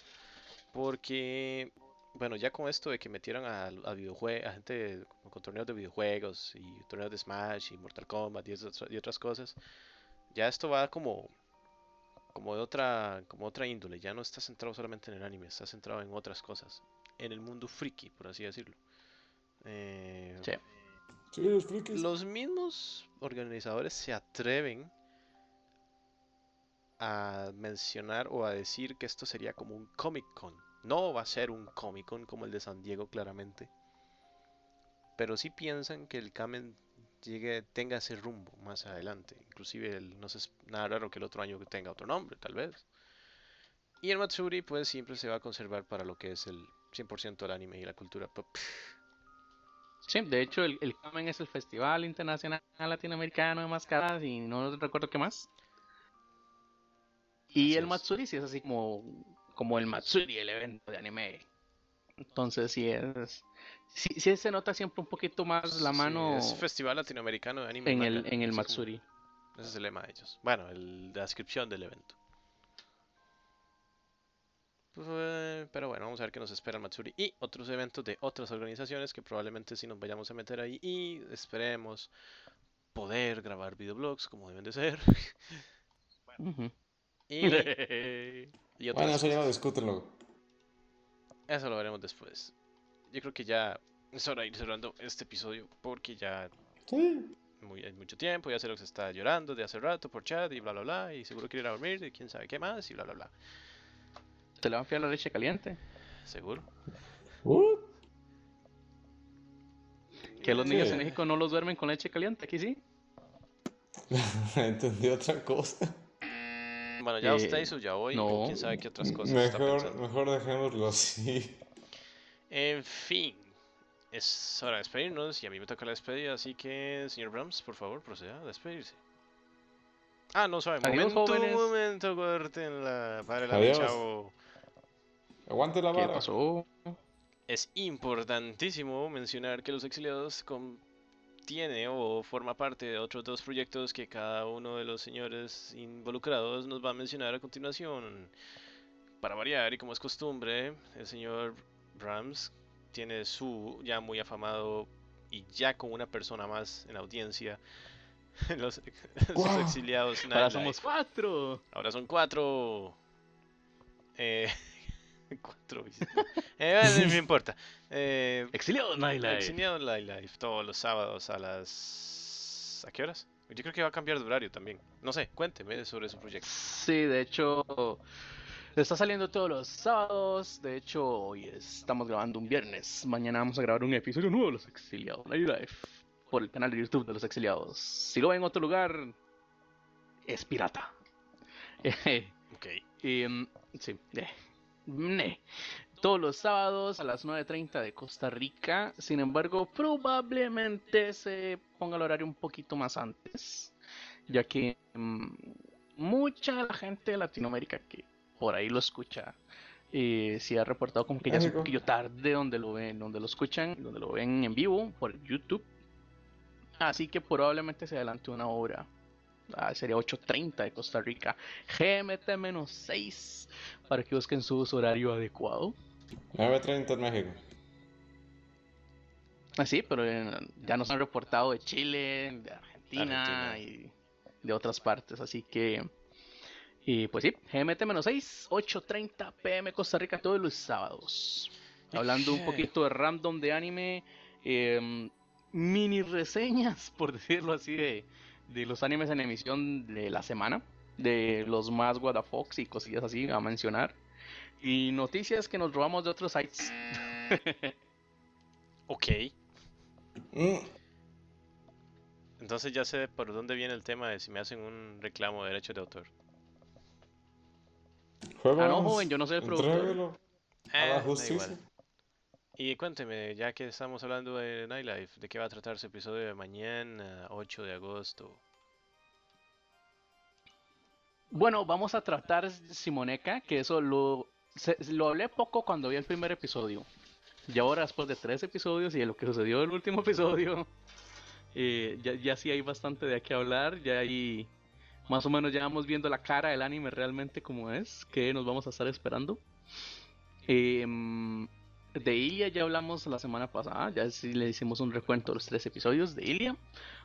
Speaker 1: Porque bueno, ya con esto de que metieran a, a videojue- a gente con, con torneos de videojuegos y torneos de Smash y Mortal Kombat y, esas- y otras cosas, ya esto va como, como de otra, como otra índole. Ya no está centrado solamente en el anime, está centrado en otras cosas, en el mundo friki, por así decirlo. Eh,
Speaker 2: Sí.
Speaker 3: Sí, los frikis.
Speaker 1: los mismos organizadores se atreven a mencionar o a decir que esto sería como un Comic Con. No va a ser un Comic Con como el de San Diego, claramente. Pero sí piensan que el Kamen llegue, tenga ese rumbo más adelante. Inclusive el- no es nada raro que el otro año tenga otro nombre, tal vez. Y el Matsuri pues siempre se va a conservar para lo que es el 100% del anime y la cultura pop.
Speaker 2: Sí, de hecho, el, el Kamen es el Festival Internacional Latinoamericano de Máscaras y no recuerdo qué más. Y
Speaker 1: Así
Speaker 2: el
Speaker 1: es.
Speaker 2: Matsuri sí es así como, como el Matsuri, el evento de anime. Entonces, sí es. Sí, sí se nota siempre un poquito más la
Speaker 1: Sí,
Speaker 2: mano
Speaker 1: es Festival Latinoamericano de Anime y
Speaker 2: en, el,
Speaker 1: Manga,
Speaker 2: en
Speaker 1: así
Speaker 2: el
Speaker 1: como-
Speaker 2: Matsuri.
Speaker 1: Ese es el lema de ellos. Bueno, el- la descripción del evento. Pues, Pero bueno, vamos a ver qué nos espera el Matsuri y otros eventos de otras organizaciones que probablemente sí nos vayamos a meter ahí y esperemos poder grabar videoblogs como deben de ser.
Speaker 2: Ujú.
Speaker 1: Y, y otras
Speaker 3: Bueno, eso ya lo
Speaker 1: cosas.
Speaker 3: discútenlo.
Speaker 1: Eso lo veremos después. Yo creo que ya es hora de ir cerrando este episodio porque ya
Speaker 3: Sí.
Speaker 1: muy, hay mucho tiempo, ya sé lo que se está llorando de hace rato por chat y bla bla bla, y seguro quiere ir a dormir y quién sabe qué más y bla bla bla.
Speaker 2: Te le va a enfriar la leche caliente.
Speaker 1: Seguro.
Speaker 3: Uh,
Speaker 2: Que los
Speaker 3: Sí.
Speaker 2: niños en México no los duermen con leche caliente, aquí sí.
Speaker 3: entendí otra cosa.
Speaker 1: Bueno, ya
Speaker 2: Eh,
Speaker 1: usted hizo ya hoy,
Speaker 2: no.
Speaker 1: quién sabe qué otras cosas está
Speaker 3: Mejor,
Speaker 1: pensando.
Speaker 3: mejor dejémoslo así.
Speaker 1: En fin, es hora de despedirnos y a mí me toca la despedida, así que, señor Brahms, por favor, proceda a despedirse. Ah, no sabe,
Speaker 2: Adiós,
Speaker 1: momento,
Speaker 2: jóvenes.
Speaker 1: momento, corten la para la oh.
Speaker 3: Adiós.
Speaker 1: chavo.
Speaker 3: Aguante la
Speaker 2: ¿Qué
Speaker 3: vara.
Speaker 2: pasó?
Speaker 1: Es importantísimo mencionar que Los Exiliados con- tiene o forma parte de otros dos proyectos que cada uno de los señores involucrados nos va a mencionar a continuación. Para variar, y como es costumbre, el señor Rams tiene su ya muy afamado y ya con una persona más en audiencia los,
Speaker 3: Guau.
Speaker 1: los exiliados
Speaker 2: Ahora
Speaker 1: Nightlife.
Speaker 2: somos cuatro.
Speaker 1: Ahora son cuatro. Eh, cuatro. bici- eh, no me importa. Eh,
Speaker 2: Exiliados Nightlife.
Speaker 1: Exiliado Nightlife todos los sábados a las. ¿A qué horas? Yo creo que va a cambiar de horario también. No sé, cuénteme sobre su proyecto.
Speaker 2: Sí, de hecho, está saliendo todos los sábados. De hecho, hoy estamos grabando un viernes. Mañana vamos a grabar un episodio nuevo de Los Exiliados Nightlife por el canal de YouTube de Los Exiliados. Si lo ven en otro lugar, es pirata. Eh,
Speaker 1: Ok.
Speaker 2: y, mm, sí, eh, ne. Todos los sábados a las 9.30 de Costa Rica. Sin embargo, probablemente se ponga el horario un poquito más antes. Ya que mm, mucha de la gente de Latinoamérica que por ahí lo escucha. eh, se ha reportado como que ya es un
Speaker 3: Algo.
Speaker 2: poquillo tarde donde lo ven, donde lo escuchan, donde lo ven en vivo por YouTube. Así que probablemente se adelante una hora. Ah, sería 8.30 de Costa Rica. GMT-6 para que busquen su uso horario adecuado.
Speaker 3: 9.30 en México.
Speaker 2: Ah, sí, pero eh, ya nos han reportado de Chile, de Argentina,
Speaker 1: Argentina.
Speaker 2: y de otras partes. Así que, y pues sí, GMT-6, 8.30 pm Costa Rica todos los sábados. Hablando un
Speaker 1: Yeah.
Speaker 2: poquito de random de anime, em, mini reseñas, por decirlo así, de, de los animes en emisión de la semana, de los más what the fucks y cosillas así a mencionar. Y noticias que nos robamos de otros sites. Ah,
Speaker 1: Ok.
Speaker 2: Ah,
Speaker 3: Mm,
Speaker 1: Entonces ya sé por dónde viene el tema de si me hacen un reclamo de derechos de autor.
Speaker 3: juegos,
Speaker 2: Ah, no, joven, yo no soy el productor.
Speaker 3: entrégalo a
Speaker 1: Eh,
Speaker 3: la
Speaker 1: da
Speaker 3: justicia.
Speaker 1: igual. Y cuénteme, ya que estamos hablando de Nightlife, ¿de qué va a tratar su episodio de mañana, 8 de agosto?
Speaker 2: Bueno, vamos a tratar Simoneca, que eso lo, se- lo hablé poco cuando vi el primer episodio. Y ahora, después de tres episodios y de lo que sucedió en el último episodio, eh, ya, ya sí hay bastante de qué hablar. Ya hay. Más o menos ya vamos viendo la cara del anime realmente como es, que nos vamos a estar esperando. Em, de Ilia ya hablamos la semana pasada, ya sí le hicimos un recuento de los tres episodios de Ilia,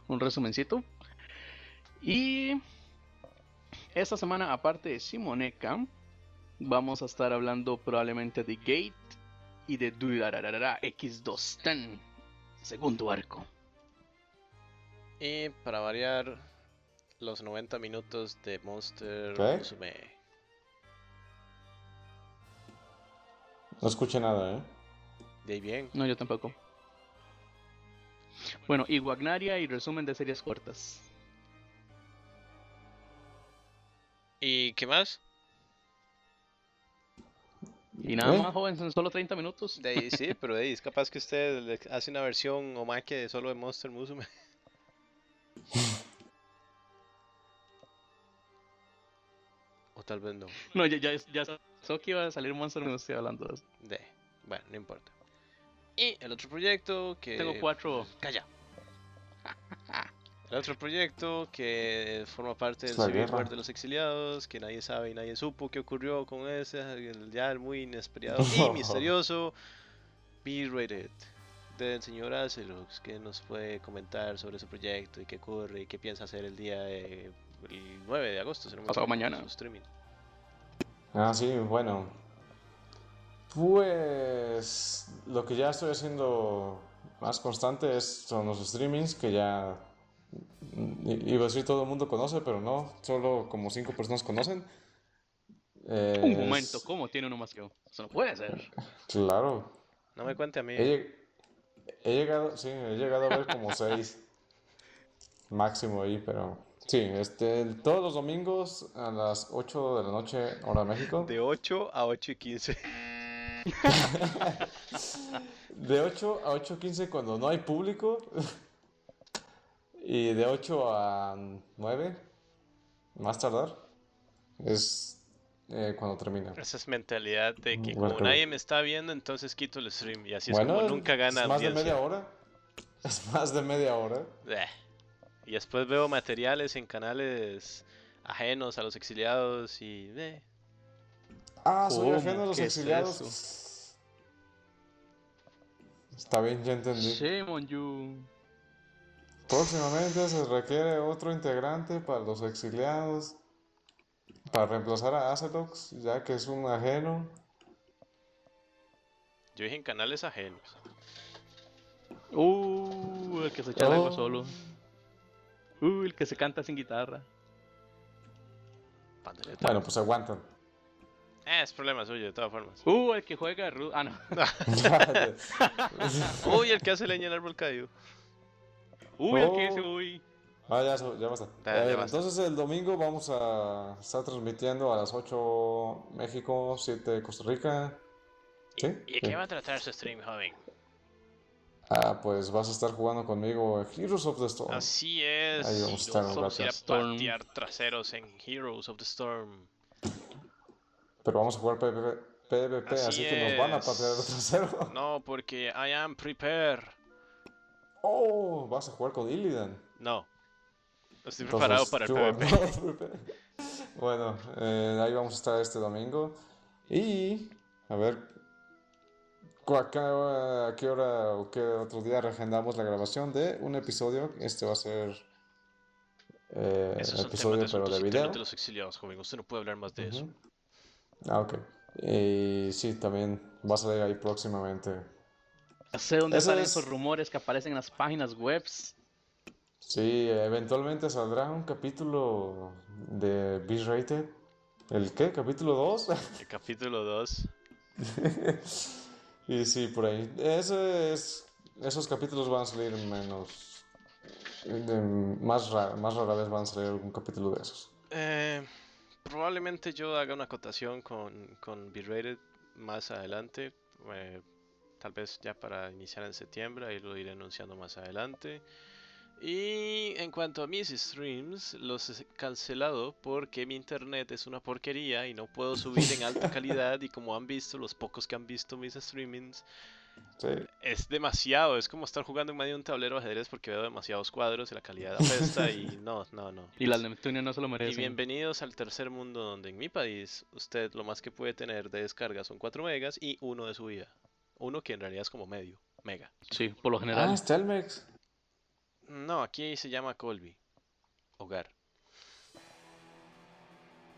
Speaker 2: un resumencito. Y esta semana, aparte de Simoneca, vamos a estar hablando probablemente de Gate y de Durararara X2 Ten, segundo arco.
Speaker 1: Y para variar, los 90 minutos de Monster
Speaker 3: ¿Qué?
Speaker 1: Musume.
Speaker 3: No escuché nada, ¿eh?
Speaker 1: De ahí bien.
Speaker 2: No, yo tampoco. Bueno, y Wagnaria y resumen de series cortas.
Speaker 1: ¿Y qué más?
Speaker 2: Y nada
Speaker 3: ¿Eh?
Speaker 2: más, joven, son solo 30 minutos.
Speaker 1: De ahí sí, pero de ahí es capaz que usted le hace una versión omake de solo de Monster Musume. o tal vez no.
Speaker 2: No, ya, ya, ya pensó que iba a salir Monster no estoy hablando de eso.
Speaker 1: De. Bueno, no importa. Y el otro proyecto que.
Speaker 2: Tengo cuatro.
Speaker 1: Calla. El otro proyecto que forma parte del
Speaker 3: Es la
Speaker 1: Civil
Speaker 3: guerra.
Speaker 1: War de los Exiliados, que nadie sabe y nadie supo qué ocurrió con ese, el ya el muy inesperado y misterioso B-Rated del señor Azelux, que nos puede comentar sobre su proyecto y qué ocurre y qué piensa hacer el día de- el 9 de agosto, si no me
Speaker 2: Pasado
Speaker 1: equivoco, en
Speaker 2: mañana.
Speaker 1: su streaming.
Speaker 3: Ah, sí, bueno. Pues lo que ya estoy haciendo más constante es, son los streamings que ya i- iba a decir todo el mundo conoce, pero no, solo como cinco personas conocen. Eh,
Speaker 2: Un
Speaker 3: es-
Speaker 2: momento, ¿cómo tiene uno más que yo? Eso no puede ser.
Speaker 3: Claro.
Speaker 1: No me cuente a mí.
Speaker 2: Eh.
Speaker 3: He, lleg- he llegado, sí, he llegado a ver como seis máximo ahí, pero sí, este, todos los domingos a las 8 de la noche, hora de México.
Speaker 1: De 8 a 8 y 15.
Speaker 3: De 8 a 8.15 cuando no hay público. Y de 8 a 9, más tardar, es eh, cuando termina.
Speaker 1: Esa es mentalidad de que
Speaker 3: Mm,
Speaker 1: como
Speaker 3: guácala.
Speaker 1: nadie me está viendo, entonces quito el stream. Y así es
Speaker 3: Bueno,
Speaker 1: como nunca ¿eh? gana
Speaker 3: es más de
Speaker 1: audiencia.
Speaker 3: media hora. Es más de media hora.
Speaker 1: Bleh. Y después veo materiales en canales ajenos a los exiliados y... bleh.
Speaker 3: Ah, soy
Speaker 2: ¿Cómo?
Speaker 3: ajeno a los
Speaker 2: ¿Qué es
Speaker 3: exiliados. Está bien, ya entendí.
Speaker 2: Shame on you.
Speaker 3: Próximamente se requiere otro integrante para los exiliados, para reemplazar a Acelox, ya que es un ajeno.
Speaker 1: Yo dije en canales ajenos.
Speaker 2: Uh, el que se echa el agua
Speaker 3: Oh.
Speaker 2: solo. Uh, el que se canta sin guitarra.
Speaker 1: Pandereta.
Speaker 3: Bueno, pues aguantan.
Speaker 1: Eh, es problema suyo, de todas formas.
Speaker 2: Uh, el que juega Ruth. Ah, no.
Speaker 1: Uy, el que hace leña en el árbol caído.
Speaker 2: Uy, Uh, el que dice,
Speaker 3: Oh.
Speaker 2: uy.
Speaker 3: Ah, ya, so- ya basta.
Speaker 1: Ya, ya
Speaker 3: Eh,
Speaker 1: basta.
Speaker 3: Entonces el domingo vamos a estar transmitiendo a las 8 México, 7 Costa Rica. ¿Sí?
Speaker 1: ¿Y de
Speaker 3: Sí.
Speaker 1: qué va a tratar su stream, joven?
Speaker 3: Ah, pues vas a estar jugando conmigo Heroes of the Storm.
Speaker 1: Así es.
Speaker 3: Oh. Ahí vamos a estar un
Speaker 1: vamos a ir a
Speaker 2: rato. Storm.
Speaker 1: patear traseros en Heroes of the Storm.
Speaker 3: Pero vamos a jugar PvP, PvP, así,
Speaker 1: Así
Speaker 3: que nos van a
Speaker 1: es.
Speaker 3: patear el trasero.
Speaker 1: No, porque I am prepared.
Speaker 3: Oh, vas a jugar con Illidan.
Speaker 1: No. Estoy preparado
Speaker 3: Entonces,
Speaker 1: para el
Speaker 3: you are
Speaker 1: PvP.
Speaker 3: not prepared. Bueno, eh, ahí vamos a estar este domingo. Y a ver cu- a qué hora- a qué hora o qué otro día reagendamos la grabación de un episodio. Este va a ser eh,
Speaker 1: Esos son temas
Speaker 3: episodio
Speaker 1: de
Speaker 3: pero
Speaker 1: asuntos
Speaker 3: de
Speaker 1: internos
Speaker 3: video.
Speaker 1: de los exiliados, joven. Usted no puede hablar más de eso.
Speaker 3: Ujú. Ah, ok. Y sí, también va a salir ahí próximamente.
Speaker 2: No sé dónde
Speaker 3: Eso
Speaker 2: salen
Speaker 3: es-
Speaker 2: esos rumores que aparecen en las páginas webs.
Speaker 3: Sí, eventualmente saldrá un capítulo de B-Rated. ¿El qué? ¿Capítulo 2?
Speaker 1: El capítulo 2.
Speaker 3: Y sí, por ahí. Ese es- esos capítulos van a salir menos. de- más, ra- más rara vez van a salir algún capítulo de esos.
Speaker 1: Eh, probablemente yo haga una acotación con, con B-Rated más adelante. eh, tal vez ya para iniciar en septiembre, ahí lo iré anunciando más adelante. Y en cuanto a mis streams, los he cancelado porque mi internet es una porquería y no puedo subir en alta calidad. Y como han visto, los pocos que han visto mis streamings,
Speaker 3: Sí.
Speaker 1: es demasiado. Es como estar jugando en medio de un tablero de ajedrez porque veo demasiados cuadros y la calidad apesta. Y no, no, no.
Speaker 2: Y las Neptunia no se lo
Speaker 1: Y
Speaker 2: merecen.
Speaker 1: bienvenidos al tercer mundo donde en mi país usted lo más que puede tener de descarga son 4 megas y uno de subida. Uno que en realidad es como medio mega.
Speaker 2: Sí, por lo
Speaker 3: Ah,
Speaker 2: general.
Speaker 3: es Telmex.
Speaker 1: No, aquí se llama Colby. Hogar.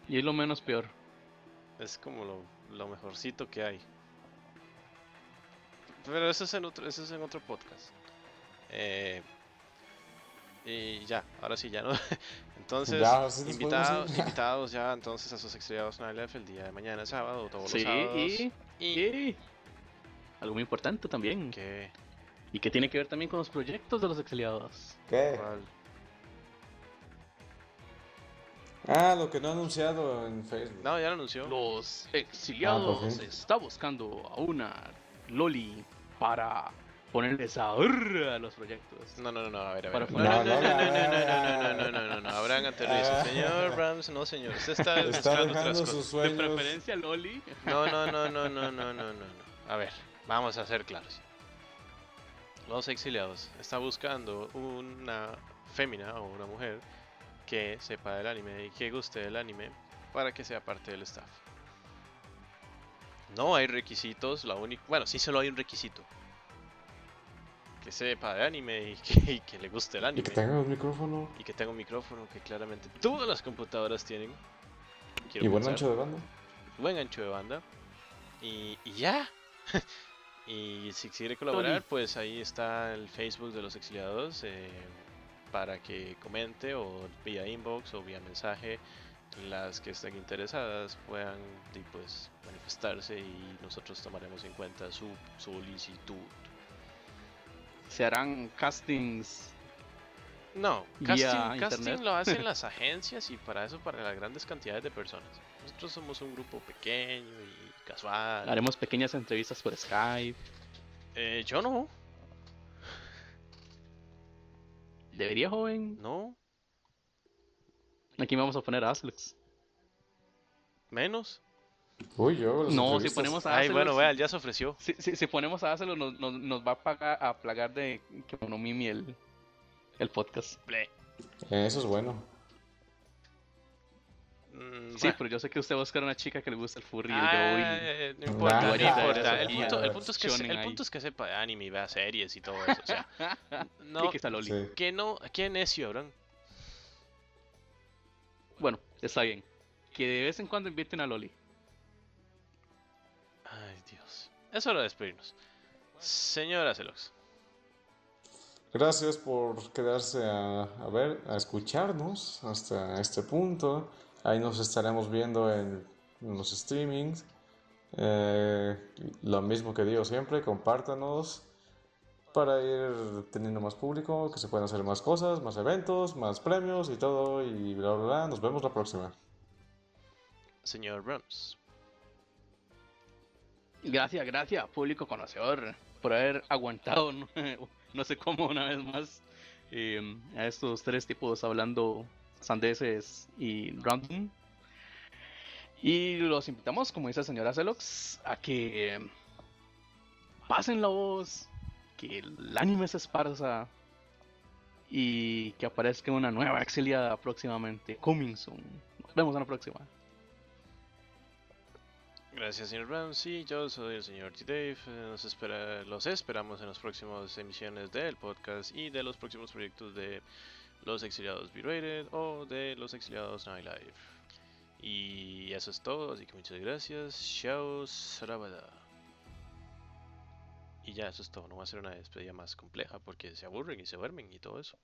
Speaker 2: Y es lo menos peor.
Speaker 1: Es como lo, lo mejorcito que hay. Pero eso es en otro, eso es en otro podcast. Eh, y ya, ahora sí, ya no. Entonces,
Speaker 3: Ya, ahora sí nos podemos ir.
Speaker 1: invitados, invitados ya entonces a sus exiliados en ALF el día de mañana, sábado, todos
Speaker 2: Sí,
Speaker 1: los sábados.
Speaker 2: y,
Speaker 1: Y-
Speaker 2: y algo muy importante también.
Speaker 1: ¿Qué?
Speaker 2: Y que tiene que ver también con los proyectos de los exiliados.
Speaker 3: ¿Qué?
Speaker 1: ¿Cuál?
Speaker 3: Ah, lo que no he anunciado en Facebook.
Speaker 1: No, ya lo anunció.
Speaker 2: Los exiliados
Speaker 3: Ah, pues sí.
Speaker 2: está buscando a una Loli para ponerle sabor a los proyectos.
Speaker 1: No, no, no, no, a ver, a
Speaker 2: Para
Speaker 1: ver. No,
Speaker 2: poner-
Speaker 1: no, no, no, no,
Speaker 2: No, no,
Speaker 1: no,
Speaker 2: no,
Speaker 1: no, no, no, no, no, no, Abraham aterriza.
Speaker 3: Ah.
Speaker 1: Señor Brahms, no, señor. Usted está
Speaker 3: Está
Speaker 1: mezclando otras
Speaker 3: dejando sus
Speaker 1: cosas.
Speaker 2: De
Speaker 3: sueños.
Speaker 2: preferencia Loli.
Speaker 1: No, no, no, no, no, no, no, no, no. A ver, vamos a ser claros. Los exiliados está buscando una fémina o una mujer que sepa del anime y que guste del anime para que sea parte del staff. No hay requisitos, la única, bueno, sí solo hay un requisito. Que sepa de anime y que, y que le guste el
Speaker 3: Y
Speaker 1: anime
Speaker 3: que tenga un micrófono.
Speaker 1: y que tenga un micrófono que claramente todas las computadoras tienen. Quiero
Speaker 3: Y buen
Speaker 1: pensar
Speaker 3: ancho de banda.
Speaker 1: buen ancho de banda. Y, y ya. y si quiere colaborar,
Speaker 2: Tony.
Speaker 1: pues ahí está el Facebook de los exiliados eh, para que comente o vía inbox o vía mensaje. Las que estén interesadas puedan y, pues, manifestarse y nosotros tomaremos en cuenta su solicitud.
Speaker 2: Se harán castings.
Speaker 1: No,
Speaker 2: Y
Speaker 1: casting,
Speaker 2: a
Speaker 1: casting
Speaker 2: internet.
Speaker 1: lo hacen las agencias y para eso para las grandes cantidades de personas. Nosotros somos un grupo pequeño y casual.
Speaker 2: Haremos pequeñas entrevistas por Skype.
Speaker 1: Eh, yo no,
Speaker 2: Debería, joven.
Speaker 1: no,
Speaker 2: Aquí vamos a poner a Aslux.
Speaker 1: menos.
Speaker 3: Uy, yo. las
Speaker 2: No, si
Speaker 3: entrevistas.
Speaker 2: ponemos a
Speaker 1: Ay,
Speaker 2: Aslux,
Speaker 1: bueno, vea, ya Pues, ah, se ofreció.
Speaker 2: Si, si- si ponemos a Aslux, nos, nos- nos va a, pagar- a plagar de Konomimi el, el podcast.
Speaker 1: Ble.
Speaker 3: Eh, Eso es bueno.
Speaker 1: Mm,
Speaker 2: Sí,
Speaker 1: bueno.
Speaker 2: pero yo sé que usted va a buscar una chica que le gusta el furry. y
Speaker 1: Ah,
Speaker 2: yo, uy,
Speaker 1: eh, no importa, no
Speaker 3: Guarita,
Speaker 1: importa.
Speaker 3: eres
Speaker 1: El
Speaker 3: aquí,
Speaker 1: punto, el
Speaker 3: ah,
Speaker 1: punto es que se-
Speaker 2: shonen
Speaker 1: el
Speaker 2: ahí.
Speaker 1: punto es que sepa de anime y vea series y todo eso. O sea, eh. no,
Speaker 2: clique esta loli.
Speaker 3: Sí.
Speaker 1: que no, qué necio, ¿verdad?
Speaker 2: Bueno, está bien. Que de vez en cuando inviten a Loli.
Speaker 1: Ay, Dios. Es hora de despedirnos. Señora Celox.
Speaker 3: Gracias por quedarse a, a ver, a escucharnos hasta este punto. Ahí nos estaremos viendo en, en los streamings. Eh, lo mismo que digo siempre, compártanos para ir teniendo más público, que se puedan hacer más cosas, más eventos, más premios y todo. Y bla, bla, bla. Nos vemos la próxima.
Speaker 1: Señor Browns.
Speaker 2: Gracias, gracias, público conocedor, por haber aguantado, no, no sé cómo, una vez más, eh, a estos tres tipos hablando sandeses y random. Y los invitamos, como dice la señora Celox, a que eh, pasen la voz, que el anime se esparza y que aparezca una nueva exiliada próximamente. Coming soon. Nos vemos en la próxima.
Speaker 1: Gracias, señor Browns. Y yo soy el señor T. Dave. Eh, Nos espera, los esperamos en las próximas emisiones del podcast y de los próximos proyectos de los exiliados B-Rated o de los exiliados Nightlife. Y eso es todo, así que muchas gracias. Chao, Sarabada. Y ya, eso es todo. No va a ser una despedida más compleja porque se aburren y se duermen y todo eso.